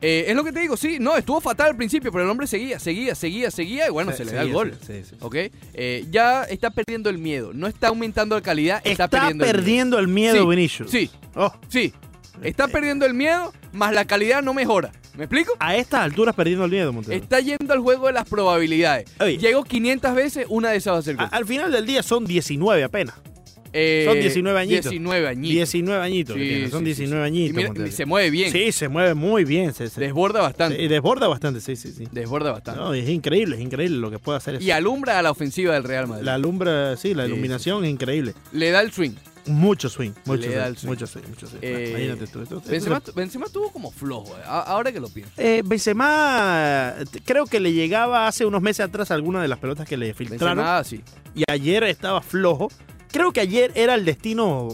A: Eh, es lo que te digo, sí, no, estuvo fatal al principio, pero el hombre seguía, seguía, seguía, seguía y bueno, Ah, se, le da el gol.
B: Sí, sí, sí.
A: ¿Ok? Eh, ya está perdiendo el miedo, no está aumentando la calidad, está,
B: Está, perdiendo,
A: el miedo.
B: el miedo,
A: Sí,
B: Vinicius.
A: sí.
B: Oh,
A: Sí, está perdiendo el miedo, más la calidad no mejora. ¿Me explico?
B: a estas alturas perdiendo el miedo, Montero.
A: Está yendo al juego de las probabilidades.
B: Oye.
A: Llegó 500 veces, una de esas va a ser
B: A-
A: gol.
B: Ah, al final del día son 19 apenas.
A: Eh,
B: ah, son 19 añitos.
A: 19 añitos.
B: 19 añitos. que
A: Sí,
B: tiene, son
A: sí, sí, sí.
B: 19
A: Y
B: añitos.
A: mira,
B: Montero.
A: se mueve bien,
B: Sí, se mueve muy bien. Se, se-
A: desborda bastante,
B: se- desborda bastante, sí, sí, sí.
A: desborda bastante.
B: No, es increíble, es increíble lo que puede hacer.
A: Y
B: eso.
A: alumbra a la ofensiva del Real Madrid.
B: La lumbra, sí, la
A: Sí,
B: iluminación es increíble.
A: Le da el swing.
B: Mucho swing, mucho
A: Le da
B: swing,
A: el swing.
B: mucho swing, mucho swing.
A: Eh,
B: Imagínate tú. esto- esto-
A: Benzema, Benzema estuvo como flojo, eh, a- ahora que lo pienso.
B: Eh, Benzema, t- creo que le llegaba hace unos meses atrás alguna de las pelotas que le filtraron.
A: Benzema, sí.
B: Y ayer estaba flojo. Creo que ayer era el destino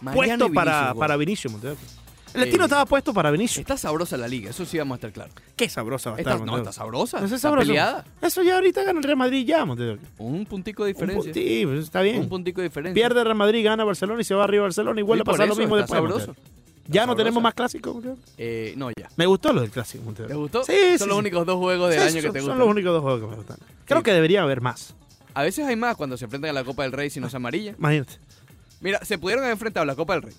A: Mariano
B: puesto
A: y
B: para,
A: Vinicius, gol.
B: para Vinicius. Montevideo. El
A: Eh,
B: destino estaba puesto para Vinicius.
A: Está sabrosa la liga, eso sí vamos a estar claros.
B: Qué sabrosa va a
A: Está-
B: estar.
A: no,
B: Montevideo.
A: está sabrosa.
B: No sé,
A: está
B: sabroso.
A: peleada.
B: Eso ya ahorita gana el Real Madrid ya, Montevideo.
A: Un puntico de
B: Un
A: diferencia.
B: punti- pues está bien.
A: Un puntico de diferencia.
B: Pierde Real Madrid, gana Barcelona y se va arriba Barcelona y vuelve
A: Sí,
B: a
A: por
B: pasar lo
A: eso,
B: mismo
A: está
B: después.
A: sabroso.
B: Montevideo. Ya no
A: sabrosa.
B: tenemos más clásicos. Montevideo.
A: Eh, no, ya.
B: Me gustó lo del clásico.
A: ¿Te
B: Montevideo.
A: gustó?
B: Sí,
A: son
B: sí,
A: los
B: sí.
A: únicos dos juegos del
B: Sí,
A: año que
B: son-
A: te
B: Son
A: gustan.
B: los únicos dos juegos que me gustan. Creo
A: Sí.
B: que debería haber más.
A: A veces hay más cuando se enfrentan a la Copa del Rey si no es amarilla.
B: Imagínate.
A: Mira, se pudieron haber enfrentado a la Copa del Rey.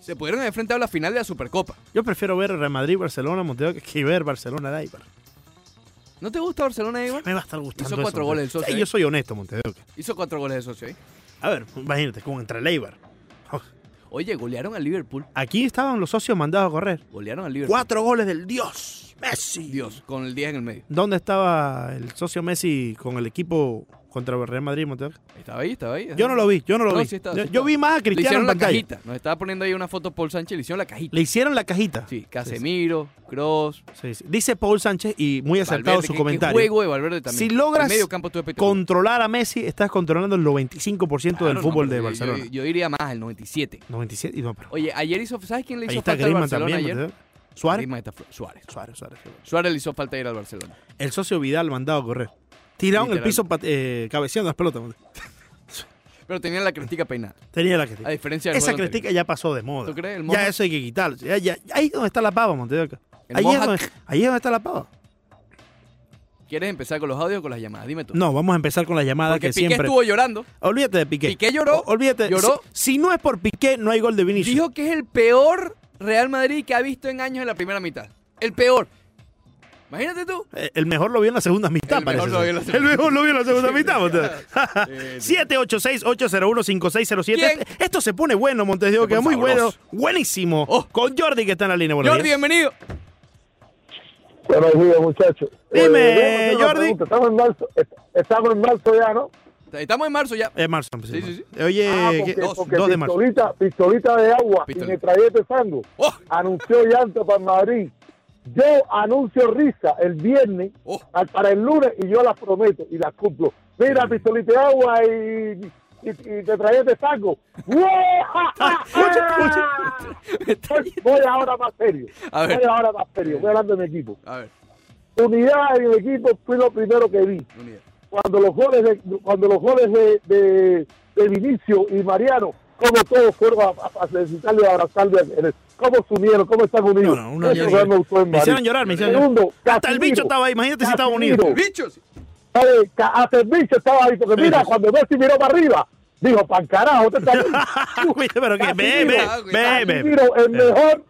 A: Se pudieron haber enfrentado a la final de la Supercopa.
B: Yo prefiero ver Real Madrid, Barcelona, Montevideo que ver Barcelona, Daibar.
A: ¿No te gusta Barcelona, Igual?
B: Me va a estar gustando.
A: Hizo cuatro
B: eso, Montevideo.
A: goles el socio,
B: Sí,
A: ¿eh?
B: Yo soy honesto, Montevideo.
A: Hizo cuatro goles de ¿eh? socio ahí.
B: A ver, imagínate, como entre Leibar.
A: Oye, golearon al Liverpool.
B: Aquí estaban los socios mandados a correr.
A: Golearon al Liverpool.
B: Cuatro goles del Dios. Messi.
A: Dios, con el 10 en el medio.
B: ¿Dónde estaba el socio Messi con el equipo contra Real Madrid, Montevideo?
A: Estaba ahí, estaba ahí. ajá.
B: Yo no lo vi, yo no lo
A: No,
B: vi.
A: sí estaba,
B: yo,
A: sí
B: yo
A: estaba.
B: vi más a
A: Le
B: Cristiano
A: hicieron
B: en
A: la
B: pantalla.
A: cajita. Nos estaba poniendo ahí una foto Paul Sánchez, le hicieron la cajita.
B: Le hicieron la cajita.
A: Sí, Casemiro, Cross,
B: Sí, sí. Dice Paul Sánchez y muy acertado
A: Valverde,
B: su
A: que- que
B: comentario.
A: juego de Valverde también.
B: Si logras
A: El medio campo estuvo espectacular.
B: Controlar a Messi, estás controlando el 95%
A: Claro,
B: del
A: no,
B: fútbol
A: pero
B: de
A: yo-
B: Barcelona.
A: Yo, yo diría más, el 97.
B: 97 y no, pero.
A: Oye, ayer hizo, ¿sabes quién le hizo
B: Ahí está
A: falta al
B: Griezmann
A: Barcelona
B: también.
A: ayer?
B: Montevideo. Suárez.
A: Griezmann está fu- Suárez.
B: Suárez, Suárez.
A: Suárez le hizo falta ir al Barcelona.
B: El socio Vidal mandado a correr. Tiraron el
A: Literal.
B: piso pat- eh, cabeceando las pelotas. Montevideo.
A: Pero tenía la crítica peinada.
B: Tenía la
A: A
B: crítica.
A: diferencia del
B: Esa
A: juego anterior.
B: crítica ya pasó de moda.
A: ¿Tú crees? El mono,
B: Ya eso hay que quitarlo. Ya, ya- Ahí es donde está la pava, Montevideo.
A: el
B: Ahí es,
A: Moja-
B: donde, ahí es donde está la pava.
A: ¿Quieres empezar con los audios o con las llamadas? Dime tú.
B: No, vamos a empezar con la llamada
A: Porque
B: que
A: Piqué
B: siempre. Oh,
A: estuvo llorando.
B: Olvídate de Piqué.
A: Piqué lloró,
B: O- Olvídate.
A: lloró.
B: Si, si no es por Piqué, no hay gol de Vinicius.
A: Dijo que es el peor Real Madrid que ha visto en años en la primera mitad. El peor. Imagínate tú.
B: Eh, El mejor lo vio en la segunda mitad,
A: El
B: parece.
A: mejor lo vio en la
B: El
A: segunda
B: mejor lo vio en la segunda mitad, Montes.
A: Eh,
B: 786-801-5607.
A: ¿Quién?
B: Este- Esto se pone bueno, Montes Diego,
A: Se
B: que es
A: pone
B: muy bueno.
A: sabroso.
B: Buenísimo.
A: Oh.
B: Con Jordi, que está en la línea. buenos
A: Jordi,
B: días.
A: bienvenido.
C: Buenos días, muchachos.
B: Dime,
C: déjame hacer una
B: Jordi.
C: pregunta. Estamos en marzo, est- estamos en marzo ya, ¿no?
A: Estamos en marzo ya.
B: Es marzo. pues,
A: Sí,
B: es
A: sí,
B: marzo. Oye,
C: Ah,
B: ¿qué-
C: porque,
B: dos,
C: porque
B: dos de marzo.
C: pistolita, pistolita de agua
A: Pistola.
C: y me traía pesando.
A: ¡Oh!
C: Anunció llanto para Madrid. Yo anuncio risa el viernes
A: ¡Oh!
C: al- para el lunes y yo las prometo y las cumplo. Mira, pistolita de agua y, y, y te traía este pesando.
B: Ah,
C: Voy, ¡Ah, voy ahora más serio.
A: A ver.
C: Voy ahora más serio. Voy hablando de mi equipo.
A: A ver,
C: Unidad en el equipo fue lo primero que vi.
A: no, ni idea.
C: cuando los goles de, cuando los goles de, de, de Vinicio y Mariano, cómo todos fueron a, a, a felicitarlo y abrazarlo, en el- cómo se unieron, cómo están unidos.
B: No, no, una-
C: Eso me gustó en
B: me hicieron
C: Madrid.
B: llorar, me hicieron
C: Segundo,
B: llorar. Hasta el
C: Casemiro.
B: bicho estaba ahí, imagínate si estaba unido.
C: Casemiro.
A: ¡Bichos!
C: Vale, ca- Hasta el bicho estaba ahí, porque
B: Sí,
C: mira,
B: sí.
C: cuando Messi miró para arriba, dijo, pan carajo, te está
B: Oye, pero que ve, ve,
A: Casimiro.
B: ve, ve, ve.
C: Casemiro, el mejor,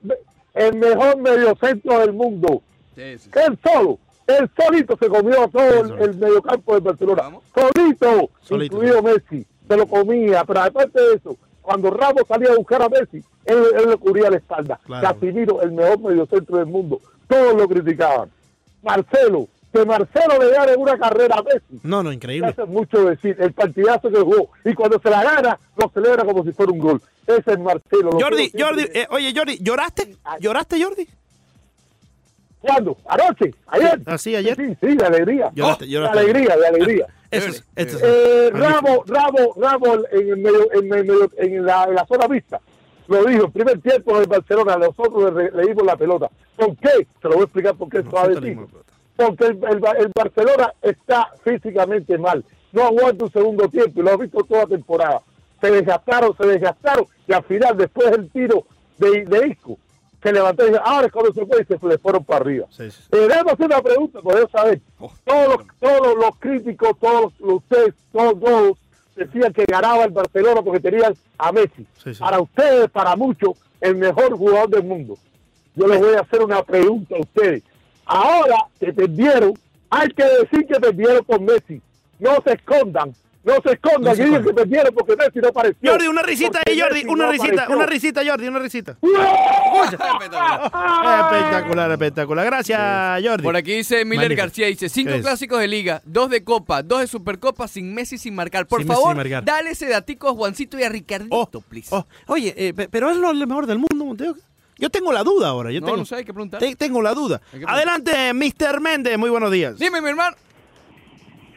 C: el mejor mediocentro del mundo.
A: Sí, sí, sí.
C: que él solo, él solito se comió todo el,
B: solito.
C: el mediocampo de Barcelona.
A: Vamos.
C: Solito,
B: Solito,
C: incluido Messi, se lo comía. Pero aparte de eso, cuando Ramos salía a buscar a Messi, él, él le cubría la espalda.
B: Claro.
C: Casimiro, el mejor mediocentro del mundo. Todos lo criticaban. Marcelo, que Marcelo le gane una carrera a Messi.
B: No, no, increíble.
C: Eso es mucho decir, el partidazo que jugó. Y cuando se la gana, lo celebra como si fuera un gol. Ese es Marcelo. Lo
B: Jordi,
C: quiero
B: Jordi,
C: siempre.
B: eh, oye, Jordi, ¿lloraste?
A: Ah,
B: ¿Lloraste, Jordi?
C: ¿Cuándo? ¿Anoche? ¿Ayer?
B: Ah, sí, ayer.
C: Sí, sí, de alegría.
B: Lloraste,
C: Oh,
B: lloraste.
C: De alegría, de alegría.
B: Eso es, esto es.
C: Eh,
B: Magnífico.
C: Ramos, Ramos, Ramos en, el medio, en, el medio- en la, en la zona mixta. lo dijo, el primer tiempo del Barcelona, nosotros le, le dimos la pelota. ¿Por qué? Te lo voy a explicar por qué esto va a
B: Nosotros le
C: decir.
B: dimos la pelota.
C: Porque el, el Ba- el Barcelona está físicamente mal. No aguanta un segundo tiempo y lo has visto toda temporada. Se desgastaron, se desgastaron y al final, después del tiro de, de Isco, se levantó y dijo, ahora es cuando se puede y se le fueron para arriba.
B: Sí, sí, sí.
C: Le damos una pregunta, poder saber. Todos los, todos los críticos, todos los ustedes, todos, todos decían que ganaba el Barcelona porque tenían a Messi.
B: Sí, sí.
C: Para ustedes, para muchos, el mejor jugador del mundo. Yo les voy a hacer una pregunta a ustedes. Ahora que perdieron, hay que decir que perdieron con Messi. No se escondan, no se escondan.
B: No se
C: y digan que
B: escondan.
C: perdieron porque Messi no apareció.
B: Jordi, una risita
C: Porque
B: ahí, Jordi.
C: Messi
B: Una
C: no
B: risita,
C: apareció.
B: una risita, Jordi, una risita.
A: Espectacular.
B: Espectacular, espectacular. Gracias, Jordi.
A: ¡Ah! Por aquí dice Miller
B: Magnífico.
A: García, dice,
B: ¿Qué
A: cinco
B: es?
A: clásicos de liga, dos de copa, dos de supercopa, sin Messi, sin marcar. Por
B: Sin Messi,
A: favor,
B: sin marcar.
A: dale ese datico a Juancito y a Ricardito,
B: Oh,
A: please.
B: oh. Oye, eh, pe- pero es lo mejor del mundo, Montejo. Yo tengo la duda ahora. Yo
A: no,
B: tengo,
A: no sé, hay que preguntar.
B: te- tengo la duda.
A: Hay que
B: Adelante, Mr. Méndez. Muy buenos días.
A: Dime, mi hermano.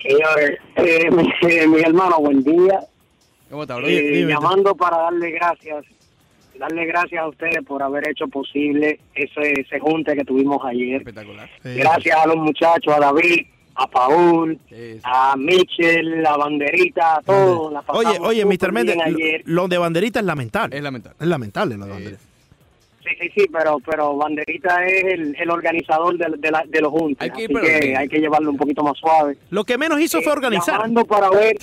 D: Señores, eh, mi, eh, mi hermano, buen día.
A: ¿Cómo está, bro?
D: Eh,
B: dime.
D: llamando para darle gracias, darle gracias a ustedes por haber hecho posible ese, ese junte que tuvimos ayer.
A: Espectacular.
B: Sí.
D: Gracias a los muchachos, a David, a Paul,
A: Sí, sí.
D: a Michel, a Banderita, a todos. La
B: Oye,
D: pasamos
B: oye,
D: súper
B: Mr. Méndez,
D: bien
B: lo-
D: ayer.
B: lo de banderita es lamentable.
A: Es lamentable.
B: Es lamentable lo de
A: Eh,
B: banderita.
D: Sí, sí, sí, pero, pero Banderita es el, el organizador de, de, la- de los juntes.
A: Hay que ir,
D: así
A: pero-
D: que hay que llevarlo un poquito más suave.
B: Lo que menos hizo fue
D: Eh,
B: organizar.
D: Llamando para ver.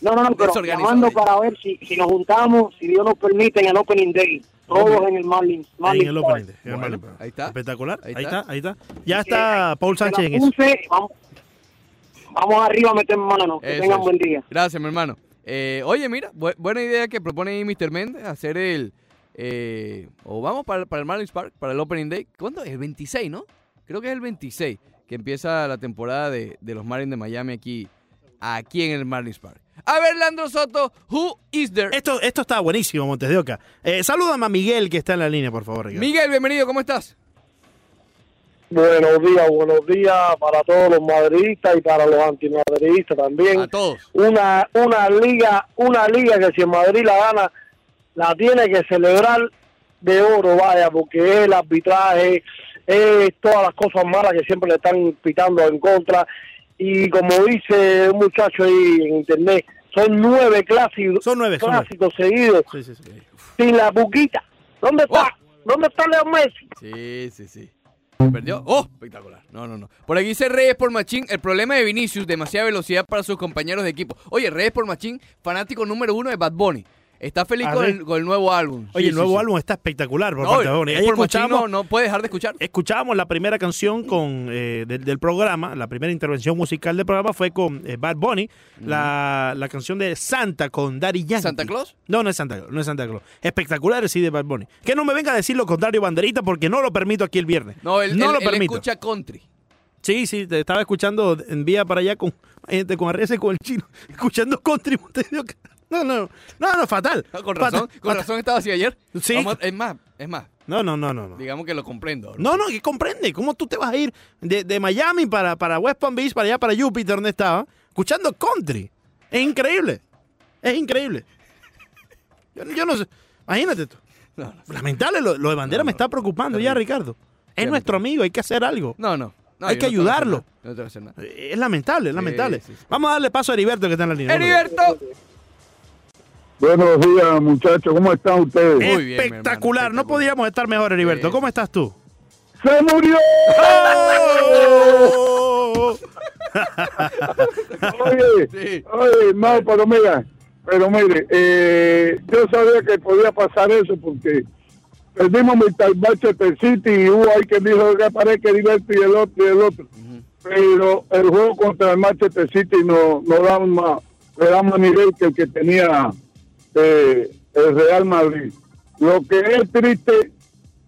D: No, no, no, pero
A: Desorganizado,
D: llamando
A: dice.
D: para ver si, si nos juntamos, si Dios nos permite, en el Opening Day. Todos en el Marlins. Marlins
B: en el
D: Park.
B: opening day, en el
A: Bueno,
B: opening day.
A: ahí está.
B: Espectacular.
A: Ahí
B: Ahí,
A: está. eh,
B: está. ahí está. Ya está Paul
D: Se la
B: Sánchez en eso.
D: puse, Vamos, vamos arriba a meter mano. Que
A: Eso
D: tengan
A: es.
D: buen día.
A: Gracias, mi hermano. Eh, oye, mira, bu- buena idea que propone ahí Mr. Méndez, hacer el... eh, o vamos para, para el Marlins Park, para el Opening Day. ¿Cuándo es? El 26, ¿no? Creo que es el 26 que empieza la temporada de, de los Marlins de Miami aquí, aquí en el Marlins Park. A ver, Landro Soto, who is there?
B: Esto, esto está buenísimo, Montes de Oca. Eh, salúdame a Miguel que está en la línea, por favor. Ricardo.
A: Miguel, bienvenido, ¿cómo estás?
C: Buenos días, buenos días para todos los madridistas y para los antimadridistas
A: A
C: también.
A: todos.
C: Una una liga, una liga que si el Madrid la gana, la tiene que celebrar de oro, vaya, porque es el arbitraje, es todas las cosas malas que siempre le están pitando en contra. Y como dice un muchacho ahí en internet, son nueve clásicos,
B: Son nueve, son nueve.
C: clásicos seguidos
B: Sí, sí, sí.
C: sin la buquita. ¿Dónde está?
B: Oh.
C: ¿Dónde está Leo Messi?
A: Sí, sí, sí. Perdió. ¡Oh! Espectacular. No, no, no. Por aquí dice Reyes por Machín. El problema de Vinicius, demasiada velocidad para sus compañeros de equipo. Oye, Reyes por Machín, fanático número uno de Bad Bunny. Está feliz
B: ¿Ah,
A: con
B: sí?
A: el, con el nuevo álbum.
B: Oye,
A: Sí,
B: el
A: sí,
B: nuevo
A: sí.
B: álbum está espectacular por
A: No,
B: parte de Bonnie.
A: Reyes
B: Ayer
A: por Machín
B: escuchábamos,
A: no, no puede dejar de escuchar.
B: Eh, escuchábamos la primera canción con, eh, del, del programa, la primera intervención musical del programa fue con eh, Bad Bunny, la, la canción de Santa con Daddy Yankee.
A: ¿Santa Claus?
B: No, no es Santa Claus, no es Santa Claus. Espectacular sí de Bad Bunny. Que no me venga a decir lo contrario, Banderita, porque no lo permito aquí el viernes.
A: No, él,
B: no
A: él-
B: lo
A: él
B: permito.
A: escucha country.
B: Sí, sí, te estaba escuchando en vía para allá con gente con Arrese con el chino, escuchando country. te digo que- No, no, no, no, fatal.
A: No, con
B: Fatal,
A: razón, con
B: fatal.
A: razón estaba así ayer.
B: Sí.
A: Vamos a- es más, es más,
B: No, no, no, no, no.
A: digamos que lo comprendo. bro.
B: No, no, que comprende. ¿Cómo tú te vas a ir de, de Miami para, para West Palm Beach, para allá, para Júpiter, donde estaba, escuchando country? Es increíble. Es increíble. Yo, yo no sé. Imagínate tú.
A: No, no.
B: Lamentable, lo, lo de bandera
A: No,
B: me
A: no.
B: está preocupando ya, Ricardo. Es
A: Terrible.
B: nuestro amigo, hay que hacer algo.
A: No, no. No,
B: Hay
A: yo
B: que
A: no te voy a hacer
B: ayudarlo.
A: nada. No te voy a hacer nada.
B: Eh, Es lamentable, es lamentable.
A: sí, sí.
B: Vamos a darle paso a Heriberto que está en la línea.
A: ¡Heriberto!
C: Buenos días, muchachos. ¿Cómo están ustedes?
A: Eh. Muy bien, mi hermano,
B: Espectacular, no
A: espectacular.
B: podíamos estar mejor, Heriberto.
A: Sí.
B: ¿Cómo estás tú?
C: ¡Se murió!
A: ¡Oh!
C: Oye,
A: Sí.
C: oye, no, pero mira, pero mire, eh, yo sabía que podía pasar eso porque perdimos Manchester City y hubo ahí que dijo que parece que Heriberto y el otro y el otro. Pero el juego contra el Manchester City no, no da un ma- le da más nivel que el que tenía eh, el Real Madrid. Lo que es triste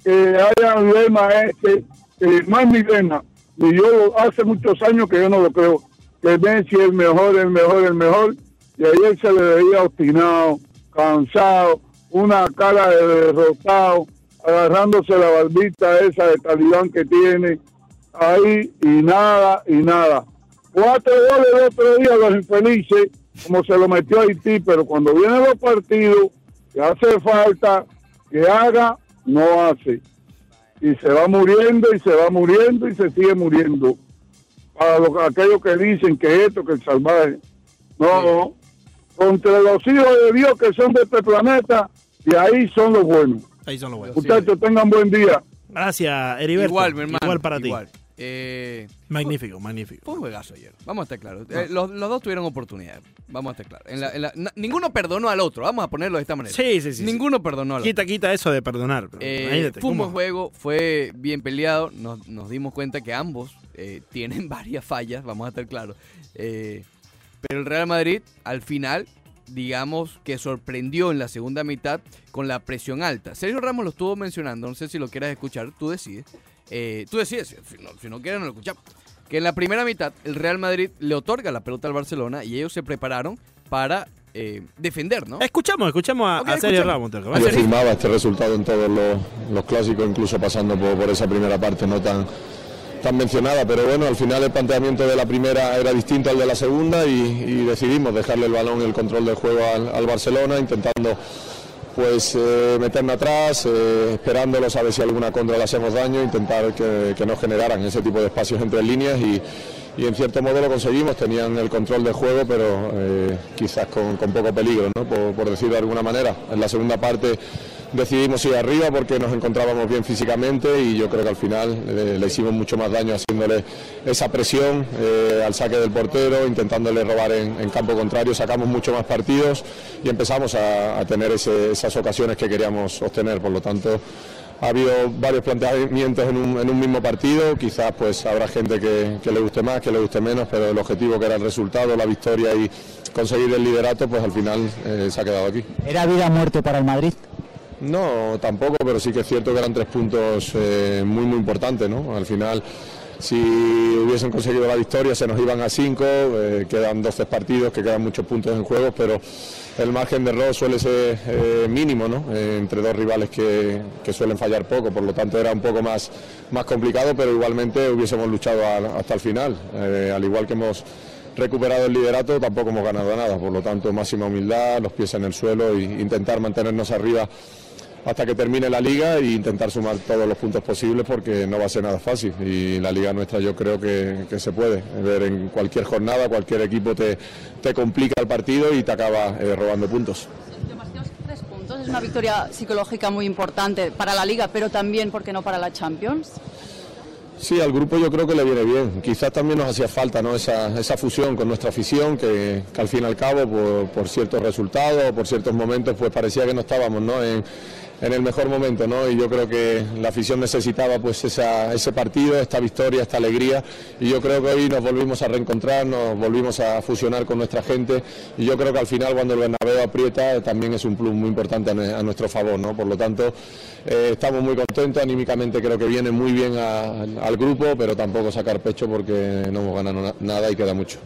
C: que haya un lema este, eh, más mi lema, y yo lo- hace muchos años que yo no lo creo, que Messi es el mejor, el mejor, el mejor, y ayer se le veía obstinado, cansado, una cara de derrotado, agarrándose la barbita esa de talibán que tiene, ahí y nada, y nada. Cuatro goles el otro día los infelices, como se lo metió a Haití, pero cuando vienen los partidos, que hace falta que haga, no hace. Y se va muriendo y se va muriendo y se sigue muriendo. Para lo- aquellos que dicen que esto, que el salvaje. No, no. Contra los hijos de Dios que son de este planeta, y ahí son los buenos.
B: Ahí son los buenos.
C: Muchachos, tengan buen día.
B: Gracias, Heriberto.
A: Igual, mi hermano.
B: Igual para ti.
A: ti. Eh,
B: Magnífico, magnífico.
A: fue un juegazo ayer. Vamos a estar claros.
B: Ah.
A: Eh, los, los dos tuvieron oportunidad. Vamos a estar claros. En la- en la- na- ninguno perdonó al otro. Vamos a ponerlo de esta manera.
B: Sí, sí, sí, sí.
A: Ninguno perdonó al otro.
B: Quita, quita eso de perdonar. pero
A: Eh,
B: imagínate,
A: fue un buen
B: ¿cómo?
A: juego, fue bien peleado. Nos, nos dimos cuenta que ambos eh, tienen varias fallas, vamos a estar claros. Eh, pero el Real Madrid, al final, digamos que sorprendió en la segunda mitad con la presión alta. Sergio Ramos lo estuvo mencionando, no sé si lo quieras escuchar, tú decides. Eh, tú decides, si no, si no quieres, no lo escuchamos. Que en la primera mitad, el Real Madrid le otorga la pelota al Barcelona y ellos se prepararon para eh, defender, ¿no?
B: Escuchamos, escuchamos a,
A: Ok,
B: a Sergio
A: escuchemos.
B: Ramos. te lo
A: A ver.
E: Yo
B: acabas.
A: Sergio.
E: firmaba este resultado en todos los, los clásicos, incluso pasando por, por esa primera parte no tan, tan mencionada, pero bueno, al final el planteamiento de la primera era distinto al de la segunda y, y decidimos dejarle el balón y el control del juego al, al Barcelona, intentando pues eh, meternos atrás, eh, esperándolos a ver si alguna contra le hacemos daño, intentar que, que no generaran ese tipo de espacios entre líneas y, y en cierto modo lo conseguimos, tenían el control del juego, pero eh, quizás con, con poco peligro, ¿no? por, por decirlo de alguna manera. En la segunda parte decidimos ir arriba porque nos encontrábamos bien físicamente y yo creo que al final eh, le hicimos mucho más daño haciéndole esa presión eh, al saque del portero, intentándole robar en, en campo contrario, sacamos mucho más partidos y empezamos a, a tener ese- esas ocasiones que queríamos obtener. Por lo tanto, ha habido varios planteamientos en un, en un mismo partido, quizás pues habrá gente que, que le guste más, que le guste menos, pero el objetivo que era el resultado, la victoria y conseguir el liderato, pues al final eh, se ha quedado aquí.
F: ¿Era vida o muerte para el Madrid?
E: No, tampoco, pero sí que es cierto que eran tres puntos eh, muy, muy importantes, ¿no? Al final, si hubiesen conseguido la victoria, se nos iban a cinco, eh, quedan 12 partidos, que quedan muchos puntos en juego, pero el margen de error suele ser eh, mínimo, ¿no? Eh, entre dos rivales que, que suelen fallar poco, por lo tanto era un poco más, más complicado, pero igualmente hubiésemos luchado al- hasta el final, Eh, al igual que hemos recuperado el liderato, tampoco hemos ganado nada, por lo tanto máxima humildad, los pies en el suelo e intentar mantenernos arriba hasta que termine la liga e intentar sumar todos los puntos posibles porque no va a ser nada fácil y la liga nuestra yo creo que, que se puede ver en cualquier jornada, cualquier equipo te, te complica el partido y te acaba eh, robando puntos.
G: Sergio Martínez, tres puntos. Es una victoria psicológica muy importante para la Liga, pero también, ¿por qué no para la Champions?
E: Sí, al grupo yo creo que le viene bien. Quizás también nos hacía falta ¿no? esa, esa fusión con nuestra afición, que, que al fin y al cabo, por, por ciertos resultados, por ciertos momentos, pues parecía que no estábamos ¿no? En, en el mejor momento. ¿no? Y yo creo que la afición necesitaba pues esa- ese partido, esta victoria, esta alegría. Y yo creo que hoy nos volvimos a reencontrar, nos volvimos a fusionar con nuestra gente. Y yo creo que al final, cuando el Bernabéu aprieta, también es un plus muy importante a, nue- a nuestro favor. ¿no? Por lo tanto, eh, estamos muy contentos. Anímicamente creo que viene muy bien a- al- al grupo, pero tampoco sacar pecho porque no hemos ganado na- nada y queda mucho.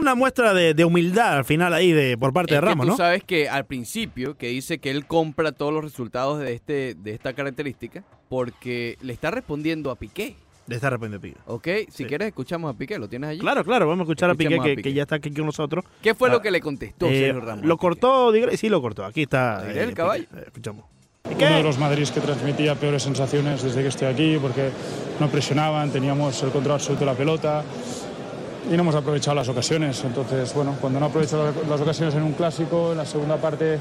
B: Una muestra de, de humildad al final ahí de por parte
A: Es
B: de
A: que
B: Ramos,
A: tú
B: ¿no?
A: sabes que al principio que dice que él compra todos los resultados de este de esta característica porque le está respondiendo a Piqué,
B: De estar arrepentido, Piqué.
A: ¿ok? Si
B: Sí.
A: quieres escuchamos a Piqué, ¿lo tienes allí?
B: Claro, claro, vamos a escuchar a Piqué,
A: Escuchemos a
B: que,
A: Piqué.
B: que ya está aquí con nosotros.
A: ¿Qué fue
B: Ah,
A: lo que le contestó
B: Eh,
A: Sergio Ramos? a
B: lo
A: Piqué?
B: cortó, Digre- sí lo cortó, aquí está.
A: Digre, el
B: Piqué.
A: caballo.
B: Eh, escuchamos.
H: Uno de los Madrid que transmitía peores sensaciones desde que estoy aquí, porque no presionaban, teníamos el control absoluto de la pelota y no hemos aprovechado las ocasiones. Entonces, bueno, cuando no aprovechas las ocasiones en un clásico, en la segunda parte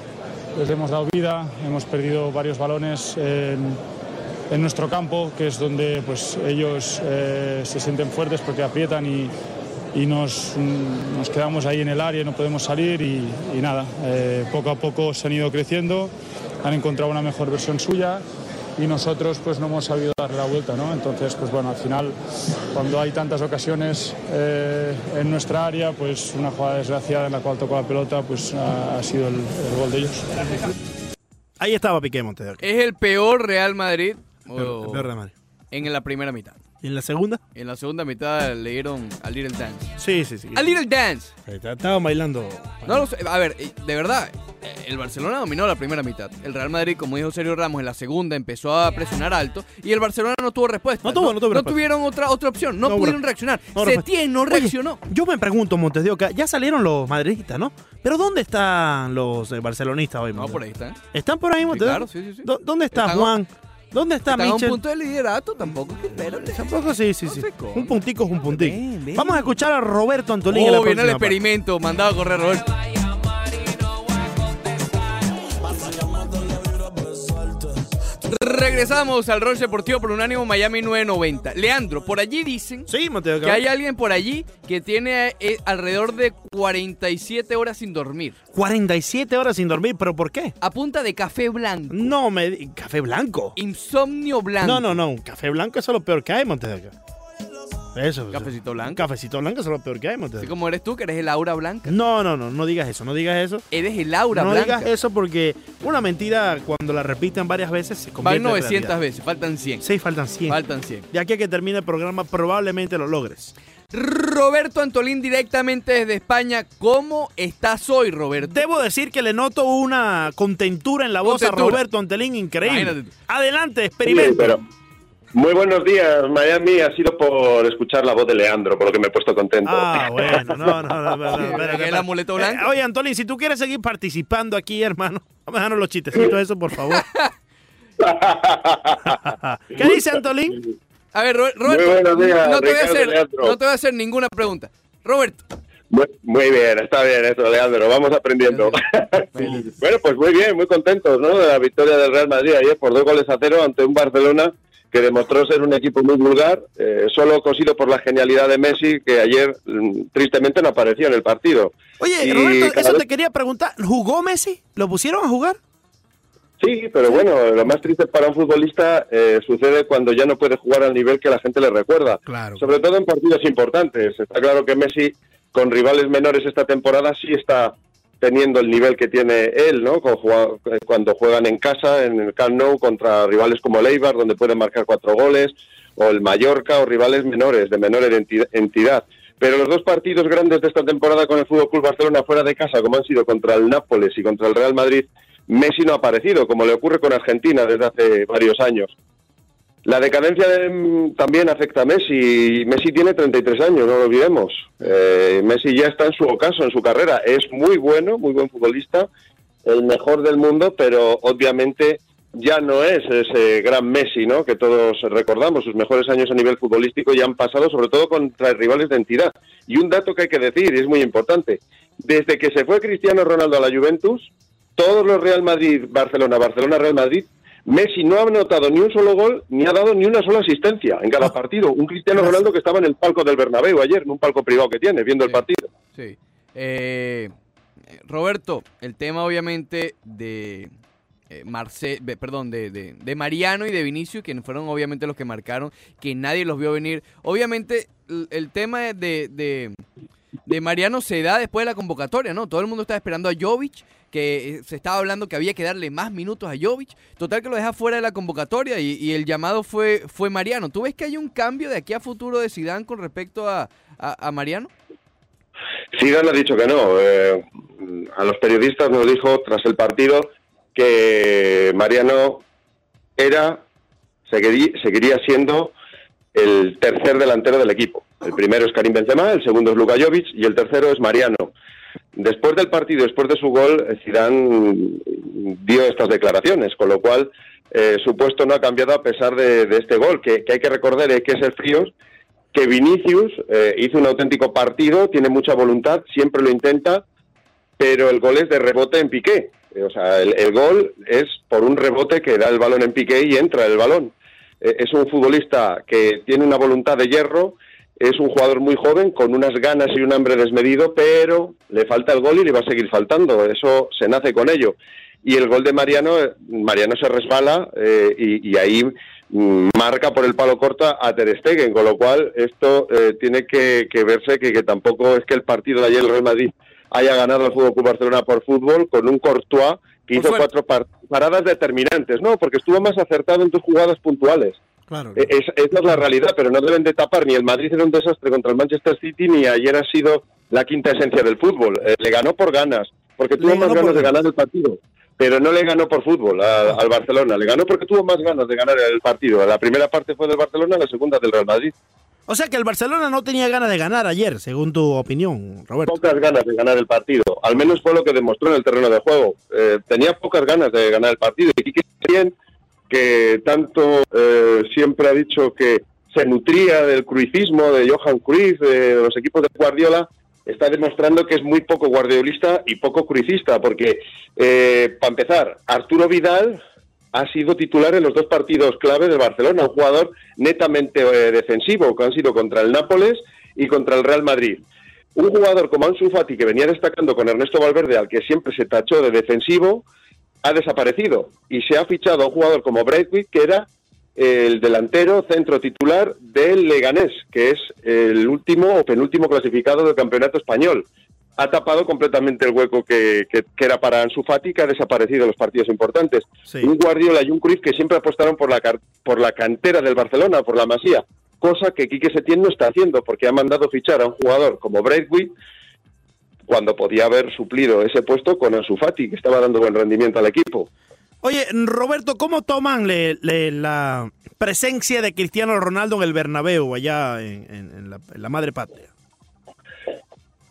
H: les hemos dado vida, hemos perdido varios balones en, en nuestro campo, que es donde pues, ellos eh, se sienten fuertes porque aprietan y, y nos, mm, nos quedamos ahí en el área, no podemos salir y, y nada, eh, poco a poco se han ido creciendo, han encontrado una mejor versión suya y nosotros pues no hemos sabido darle la vuelta, ¿no? Entonces, pues bueno, al final cuando hay tantas ocasiones eh, en nuestra área, pues una jugada desgraciada en la cual tocó la pelota, pues ha, ha sido el- el gol de ellos.
B: Ahí estaba Piqué Montes. de Oca.
A: Es el peor Real Madrid
B: El peor-
A: o-
B: el peor de Madrid.
A: en la primera mitad.
B: ¿Y en la segunda?
A: En la segunda mitad le dieron a Little Dance.
B: Sí, sí, sí.
A: ¡A Little Dance!
B: Sí, t- Estaban bailando.
A: No lo sé. A ver, eh, de verdad, eh, el Barcelona dominó la primera mitad. El Real Madrid, como dijo Sergio Ramos, en la segunda empezó a presionar alto y el Barcelona no tuvo respuesta.
B: No tuvo, no tuvo respuesta.
A: tuvieron otra, otra opción, no,
B: No hubo
A: pudieron
B: respuesta.
A: reaccionar.
B: No hubo
A: Setién no
B: Oye,
A: reaccionó.
B: yo me pregunto, Montes de Oca, ya salieron los madridistas, ¿no? Pero ¿dónde están los eh, barcelonistas hoy,
A: no,
B: Montes?
A: por ahí ¿eh? están.
B: ¿Están por ahí, Montes de
A: claro,
B: Oca?
A: sí, sí, sí.
B: ¿Dó- ¿Dónde está
A: Están a-
B: Juan? ¿Dónde está
A: Están a un
B: Michel?
A: punto de liderato, tampoco. que Espérate.
B: Tampoco, sí, sí, sí.
A: No se come.
B: Un puntico es un puntico.
A: Ven, ven.
B: Vamos a escuchar a Roberto Antolín en la
A: Oh, viene el
B: próxima parte.
A: experimento, mandado a correr, Roberto. Regresamos al Roche Deportivo por Unánimo Miami 990. Leandro, por allí dicen
B: Sí, Montes de Oca.
A: que hay alguien por allí que tiene eh, alrededor de 47 horas sin dormir.
B: 47 horas sin dormir, ¿pero por qué?
A: A punta de café blanco.
B: No me. di- ¿Café blanco?
A: Insomnio blanco.
B: No, no, no. Un café blanco eso es lo peor que hay, Montes de Oca. Eso. eso.
A: Cafecito
B: Un
A: blanco.
B: cafecito blanco eso es lo peor que hay, Montes de
A: Así
B: Oca.
A: como eres tú, que eres el aura blanca.
B: No, no, no. No digas eso. No digas eso.
A: Eres el aura
B: no
A: blanca.
B: digas eso porque una mentira, cuando la repiten varias veces, se convierte
A: Van
B: en
A: 900
B: realidad.
A: veces, faltan 100.
B: Sí, faltan 100.
A: Faltan 100.
B: De aquí a que termine el programa, probablemente lo logres.
A: Roberto Antolín directamente desde España. ¿Cómo estás hoy, Roberto?
B: Debo decir que le noto una contentura en la voz a
A: Contentura.
B: Roberto Antelín increíble.
A: Imagínate.
B: Adelante,
E: Bien,
B: experimenta.
E: pero muy buenos días, Miami. Ha sido por escuchar la voz de Leandro, por lo que me he puesto contento.
B: Ah, bueno, no, no, no, no, no,
A: Sí,
B: espérate,
A: el
B: espérate.
A: amuleto blanco.
B: Eh, oye, Antolín, si tú quieres seguir participando aquí, hermano, déjanos los chistecitos esos, por favor. ¿Qué dice Antolín?
A: A ver, Ro- Roberto,
E: Muy buenos días,
A: no, te voy a
E: Ricardo
A: hacer,
E: Leandro.
A: no te voy a hacer ninguna pregunta. Roberto,
E: muy, muy bien, está bien eso, Leandro. Vamos aprendiendo. bueno, pues muy bien, muy contentos ¿no? de la victoria del Real Madrid ayer por dos goles a cero ante un Barcelona que demostró ser un equipo muy vulgar, eh, solo cosido por la genialidad de Messi, que ayer mm, tristemente no apareció en el partido.
B: Oye,
E: Y
B: Roberto,
E: cada
B: eso
E: vez-
B: te quería preguntar. ¿Jugó Messi? ¿Lo pusieron a jugar?
E: Sí, pero bueno, lo más triste para un futbolista eh, sucede cuando ya no puede jugar al nivel que la gente le recuerda.
B: Claro.
E: Sobre todo en partidos importantes. Está claro que Messi, con rivales menores esta temporada, sí está teniendo el nivel que tiene él, ¿no? Con jugado- eh, Cuando juegan en casa, en el Camp Nou, contra rivales como el Eibar, donde pueden marcar cuatro goles, o el Mallorca, o rivales menores, de menor entidad- entidad. Pero los dos partidos grandes de esta temporada con el Fútbol Club Barcelona fuera de casa, como han sido contra el Nápoles y contra el Real Madrid, Messi no ha aparecido, como le ocurre con Argentina desde hace varios años. La decadencia de- mm, también afecta a Messi. Messi tiene 33 años, no lo olvidemos. Eh, Messi ya está en su ocaso, en su carrera. Es muy bueno, muy buen futbolista, el mejor del mundo, pero obviamente ya no es ese gran Messi, ¿no? Que todos recordamos. Sus mejores años a nivel futbolístico ya han pasado, sobre todo contra rivales de entidad. Y un dato que hay que decir, y es muy importante: desde que se fue Cristiano Ronaldo a la Juventus, todos los Real Madrid, Barcelona, Barcelona, Real Madrid, Messi no ha anotado ni un solo gol, ni ha dado ni una sola asistencia en cada partido. Un Cristiano Ronaldo que estaba en el palco del Bernabéu ayer, en un palco privado que tiene, viendo el
A: Sí.
E: partido.
A: sí. Eh, eh, Roberto, el tema obviamente de, eh, Marce- de- perdón, de, de- de Mariano y de Vinicius, que fueron obviamente los que marcaron, que nadie los vio venir. Obviamente l- el tema de, de, de Mariano se da después de la convocatoria, ¿no? Todo el mundo está esperando a Jovic, que eh, se estaba hablando que había que darle más minutos a Jovic. Total que lo deja fuera de la convocatoria y, y el llamado fue, fue Mariano. ¿Tú ves que hay un cambio de aquí a futuro de Zidane con respecto a, a- a Mariano?
E: Zidane ha dicho que no. eh, a los periodistas nos dijo tras el partido que Mariano era, seguirí- seguiría siendo el tercer delantero del equipo. El primero es Karim Benzema, el segundo es Luka Jovic y el tercero es Mariano. Después del partido, después de su gol, eh, Zidane dio estas declaraciones, con lo cual eh, su puesto no ha cambiado a pesar de, de este gol, que, que hay que recordar, hay que ser fríos, que Vinicius eh, hizo un auténtico partido, tiene mucha voluntad, siempre lo intenta, pero el gol es de rebote en piqué. Eh, O sea, el, el gol es por un rebote que da el balón en piqué y entra el balón. Eh, es un futbolista que tiene una voluntad de hierro, es un jugador muy joven, con unas ganas y un hambre desmedido, pero le falta el gol y le va a seguir faltando. Eso se nace con ello. Y el gol de Mariano, eh, Mariano se resbala eh, y- y ahí mm, marca por el palo corta a Ter Stegen, con lo cual esto eh, tiene que, que verse que, que tampoco es que el partido de ayer el Real Madrid haya ganado el Fútbol Club Barcelona por fútbol con un Courtois
A: Por
E: que hizo
A: suerte.
E: cuatro par- paradas determinantes, no, porque estuvo más acertado en tus jugadas puntuales.
B: Claro.
E: Eh, es- esa es la realidad, pero no deben de tapar ni el Madrid era un desastre contra el Manchester City, ni ayer ha sido la quinta esencia del fútbol. Eh, le ganó por ganas, porque
B: Le
E: tuvo más
B: ganó por
E: ganas de
B: ganas. Ah.
E: ganar el partido, pero no le ganó por fútbol a- al Barcelona, le ganó porque tuvo más ganas de ganar el partido. La primera parte fue del Barcelona, la segunda del Real Madrid.
B: O sea que el Barcelona no tenía ganas de ganar ayer, según tu opinión, Roberto.
E: Pocas ganas de ganar el partido, al menos fue lo que demostró en el terreno de juego. Eh, tenía pocas ganas de ganar el partido. Y Quique Setién, que tanto eh, siempre ha dicho que se nutría del cruicismo de Johan Cruyff, de los equipos de Guardiola, está demostrando que es muy poco guardiolista y poco cruicista, porque, eh, para empezar, Arturo Vidal ha sido titular en los dos partidos clave del Barcelona, un jugador netamente eh, defensivo, que han sido contra el Nápoles y contra el Real Madrid. Un jugador como Ansu Fati, que venía destacando con Ernesto Valverde, al que siempre se tachó de defensivo, ha desaparecido y se ha fichado a un jugador como Braithwaite, que era el delantero centro titular del Leganés, que es el último o penúltimo clasificado del campeonato español. Ha tapado completamente el hueco que, que- que era para Ansu Fati, que ha desaparecido en los partidos importantes.
B: Sí.
E: Un Guardiola y un Cruyff que siempre apostaron por la, car- por la cantera del Barcelona, por la Masía, cosa que Quique Setién no está haciendo porque ha mandado fichar a un jugador como Braithwaite cuando podía haber suplido ese puesto con Ansu Fati, que estaba dando buen rendimiento al equipo.
B: Oye, Roberto, ¿cómo toman le- le- la presencia de Cristiano Ronaldo en el Bernabéu, allá en, en- en la, en la madre patria?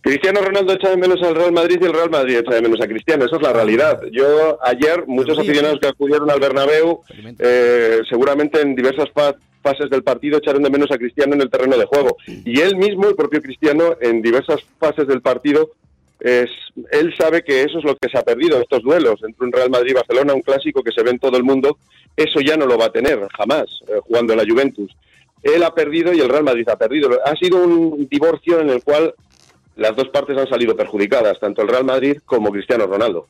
E: Cristiano Ronaldo echa de menos al Real Madrid y el Real Madrid echa de menos a Cristiano, esa es la realidad. Yo ayer, muchos
B: Pero sí,
E: aficionados que acudieron al Bernabéu, eh, seguramente en diversas fa- fases del partido echaron de menos a Cristiano en el terreno de juego. Y él mismo, el propio Cristiano, en diversas fases del partido, es, él sabe que eso es lo que se ha perdido, estos duelos entre un Real Madrid y Barcelona, un clásico que se ve en todo el mundo, eso ya no lo va a tener jamás eh, jugando en la Juventus. Él ha perdido y el Real Madrid ha perdido. Ha sido un divorcio en el cual las dos partes han salido perjudicadas, tanto el Real Madrid como Cristiano Ronaldo.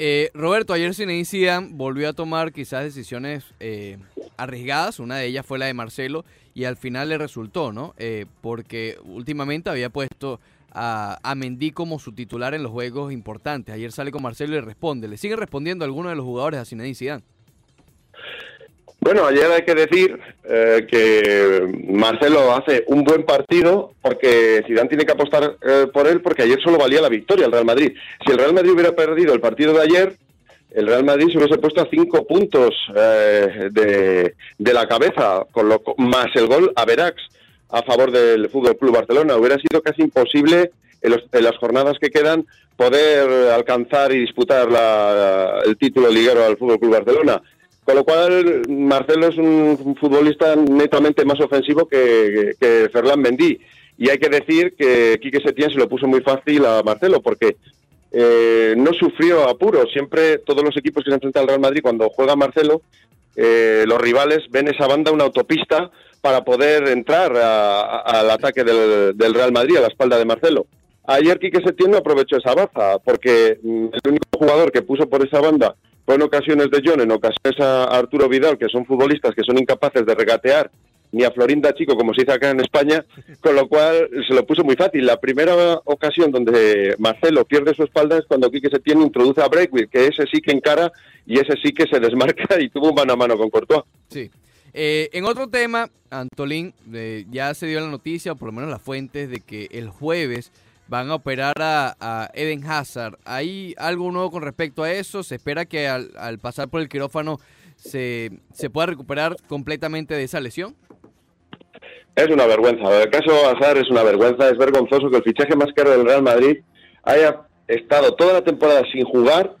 A: Eh, Roberto, ayer Zinedine Zidane volvió a tomar quizás decisiones eh, arriesgadas, una de ellas fue la de Marcelo y al final le resultó, ¿no? Eh, porque últimamente había puesto a, a Mendy como su titular en los juegos importantes. Ayer sale con Marcelo y le responde. Le siguen respondiendo algunos de los jugadores a Zinedine Zidane.
E: Bueno, ayer hay que decir eh, que Marcelo hace un buen partido porque Zidane tiene que apostar eh, por él porque ayer solo valía la victoria al Real Madrid. Si el Real Madrid hubiera perdido el partido de ayer, el Real Madrid se hubiese puesto a cinco puntos eh, de, de la cabeza, con lo, co- más el gol a Verax a favor del Fútbol Club Barcelona. Hubiera sido casi imposible en, los- en las jornadas que quedan poder alcanzar y disputar la- el título liguero al Fútbol Club Barcelona. Con lo cual, Marcelo es un futbolista netamente más ofensivo que, que Ferland Mendy. Y hay que decir que Quique Setién se lo puso muy fácil a Marcelo, porque eh, no sufrió apuros. Siempre todos los equipos que se enfrentan al Real Madrid, cuando juega Marcelo, eh, los rivales ven esa banda una autopista para poder entrar a- a- al ataque del, del Real Madrid a la espalda de Marcelo. Ayer Quique Setién no aprovechó esa baza, porque mm, el único jugador que puso por esa banda fue en ocasiones de John, en ocasiones a Arturo Vidal, que son futbolistas que son incapaces de regatear ni a Florinda Chico, como se dice acá en España, con lo cual se lo puso muy fácil. La primera ocasión donde Marcelo pierde su espalda es cuando Quique Setién introduce a Breakwit, que ese sí que encara y ese sí que se desmarca y tuvo un mano a mano con Courtois.
A: Sí. Eh, en otro tema, Antolín, eh, ya se dio la noticia, o por lo menos las fuentes, de que el jueves van a operar a, a Eden Hazard. ¿Hay algo nuevo con respecto a eso? ¿Se espera que al, al pasar por el quirófano se, se pueda recuperar completamente de esa lesión?
E: Es una vergüenza. El caso Hazard es una vergüenza. Es vergonzoso que el fichaje más caro del Real Madrid haya estado toda la temporada sin jugar,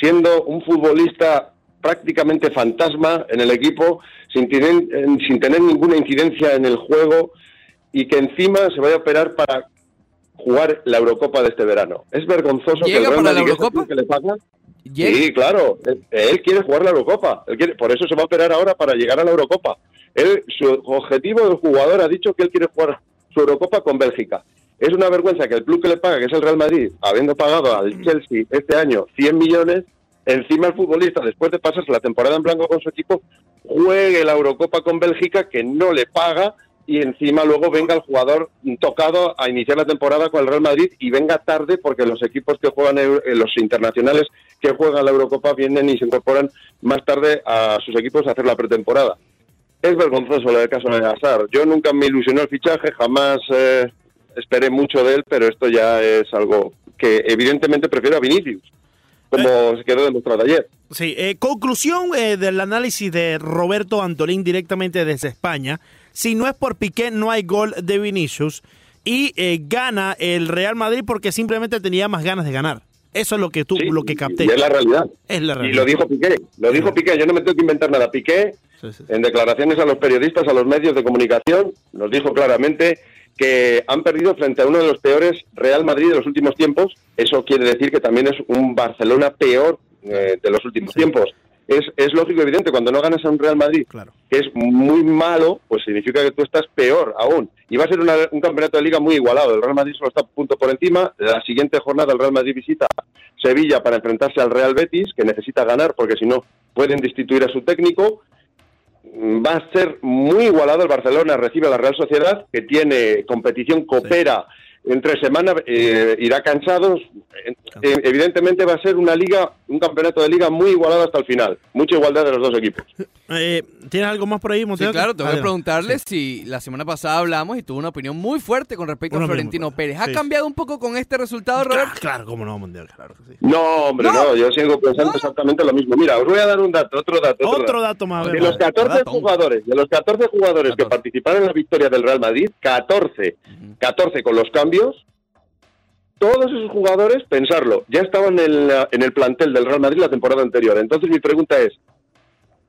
E: siendo un futbolista prácticamente fantasma en el equipo, sin tener, en- sin tener ninguna incidencia en el juego y que encima se vaya a operar para jugar la Eurocopa de este verano. Es vergonzoso que
A: ¿Llega
E: el Real
A: para la
E: Madrid esto
A: Eurocopa?
E: que le paga
A: Llega-
E: Sí, claro. Él- Él quiere jugar la Eurocopa. Él quiere- por eso se va a operar ahora para llegar a la Eurocopa. Él, su objetivo del jugador ha dicho que él quiere jugar su Eurocopa con Bélgica. Es una vergüenza que el club que le paga, que es el Real Madrid, habiendo pagado al
B: Mm.
E: Chelsea este año 100 millones, encima el futbolista, después de pasarse la temporada en blanco con su equipo, juegue la Eurocopa con Bélgica, que no le paga, y encima luego venga el jugador tocado a iniciar la temporada con el Real Madrid y venga tarde porque los equipos que juegan, Euro- eh, los internacionales que juegan la Eurocopa vienen y se incorporan más tarde a sus equipos a hacer la pretemporada. es vergonzoso lo del caso de Hazard. Yo nunca me ilusionó el fichaje, jamás eh, esperé mucho de él, pero esto ya es algo que evidentemente prefiero a Vinicius, como se quedó demostrado ayer.
B: Sí, eh, conclusión eh, del análisis de Roberto Antolín directamente desde España. Si no es por Piqué, no hay gol de Vinicius. Y eh, gana el Real Madrid porque simplemente tenía más ganas de ganar. Eso es lo que tú,
E: Sí,
B: lo que
E: y-
B: capté.
E: y es la realidad.
B: Es la
E: Y
B: realidad.
E: lo dijo Piqué, lo dijo Piqué, yo no me tengo que inventar nada. Piqué,
B: Sí, sí.
E: en declaraciones a los periodistas, a los medios de comunicación, nos dijo claramente que han perdido frente a uno de los peores Real Madrid de los últimos tiempos. Eso quiere decir que también es un Barcelona peor eh, de los últimos tiempos. Es, es lógico y evidente, cuando no ganas a un Real Madrid
B: Claro.
E: que es muy malo, pues significa que tú estás peor aún. Y va a ser una- un campeonato de liga muy igualado. El Real Madrid solo está un punto por encima. La siguiente jornada el Real Madrid visita Sevilla para enfrentarse al Real Betis, que necesita ganar porque si no pueden destituir a su técnico. Mm, Va a ser muy igualado el Barcelona, recibe a la Real Sociedad, que tiene competición, coopera entre semana, eh, irá cansados. Eh, eh, evidentemente va a ser una liga, un campeonato de liga muy igualado hasta el final. Mucha igualdad de los dos equipos.
B: Eh, ¿Tienes algo más por ahí,
A: Sí,
B: Montejo?
A: claro, tengo que
B: Adelante.
A: preguntarle si la semana pasada hablamos y tuvo una opinión muy fuerte con respecto
B: Una
A: a
B: opinión
A: Florentino
B: muy fuerte,
A: Pérez. ¿Ha
B: sí.
A: cambiado un poco con este resultado,
B: Claro,
A: Roberto?
B: claro, cómo no, Montejo, claro que sí.
E: No, hombre,
A: No.
E: no, yo sigo pensando
A: No.
E: exactamente lo mismo. Mira, os voy a dar un dato, otro dato.
B: Otro dato más. a ver,
E: De los
B: vale.
E: 14
A: dato, hombre.
E: jugadores, de los 14 jugadores
A: 14.
E: que participaron en la victoria del Real Madrid, 14, 14 con los cambios, todos esos jugadores, pensarlo, ya estaban en, la- en el plantel del Real Madrid la temporada anterior. Entonces mi pregunta es,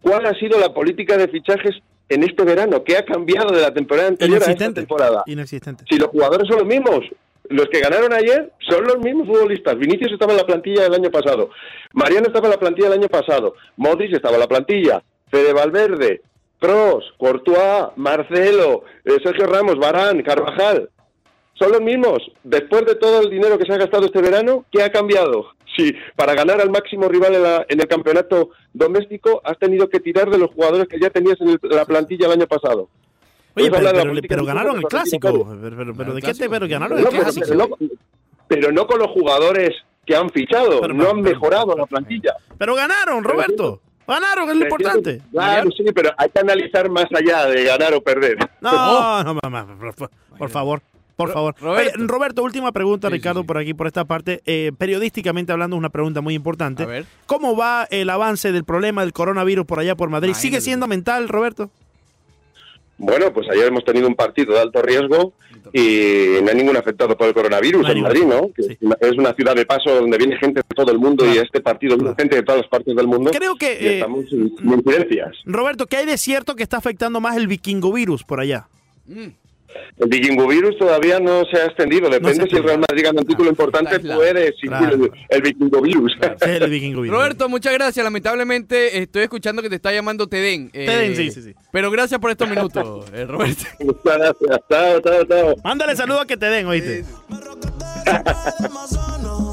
E: ¿cuál ha sido la política de fichajes en este verano? ¿Qué ha cambiado de la temporada anterior a esta
B: Inexistente.
E: temporada?
B: Inexistente.
E: Si los jugadores son los mismos, los que ganaron ayer son los mismos futbolistas. Vinicius estaba en la plantilla del año pasado, Mariano estaba en la plantilla del año pasado, Modric estaba en la plantilla, Fede Valverde, Kroos, Courtois, Marcelo, eh, Sergio Ramos, Barán, Carvajal. Son los mismos. Después de todo el dinero que se ha gastado este verano, ¿qué ha cambiado? Si para ganar al máximo rival en, la- en el campeonato doméstico has tenido que tirar de los jugadores que ya tenías en el- la plantilla el año pasado.
B: Oye,
E: Vamos a
B: pero,
E: hablar de la
B: pero-
E: política
B: pero
E: del
B: ganaron el
E: fútbol
B: clásico.
E: argentino.
B: Pero, pero- pero
A: el
B: ¿de qué te
A: clásico.
B: pero ganaron el
E: No, pero,
B: clásico?
E: pero no, pero no con los jugadores que han fichado,
B: Pero,
E: no han
B: pero,
E: mejorado la plantilla.
B: Pero ganaron, Roberto. Ganaron, es lo importante.
E: Claro, sí, pero hay que analizar más allá de ganar o perder.
B: No, no, mamá, por, fa- por favor. Por favor.
A: Roberto.
B: Oye, Roberto, última pregunta,
A: Sí, sí,
B: Ricardo,
A: sí.
B: por aquí, por esta parte. Eh, periodísticamente hablando, una pregunta muy importante.
A: A ver.
B: ¿Cómo va el avance del problema del coronavirus por allá por Madrid?
A: Imagínate.
B: ¿Sigue siendo mental, Roberto?
E: Bueno, pues ayer hemos tenido un partido de alto riesgo y no hay ningún afectado por el coronavirus
B: No hay
E: en
B: ningún-
E: Madrid, ¿no? Que
B: sí.
E: Es una ciudad de paso donde viene gente de todo el mundo y este partido viene
B: Claro.
E: gente de todas las partes del mundo.
B: Creo que,
E: y
B: eh,
E: estamos sin, sin incidencias.
B: Roberto, ¿qué hay de cierto que está afectando más el vikingovirus por allá?
A: Mm.
E: El vikingovirus todavía no se ha extendido. Depende si el
B: extendido.
E: Real Madrid gana un título importante,
A: aislado.
E: puede existir
B: Claro.
E: el, el vikingovirus.
B: Es el vikingovirus.
A: Roberto, muchas gracias. Lamentablemente estoy escuchando que te está llamando Teden. eh,
B: Teden, sí, sí, sí.
A: Pero gracias por estos minutos, eh, Roberto.
E: Muchas gracias. Chao, chao, chao.
B: Mándale saludos que te den, oíste.
I: Me roquete de su padre, almazano.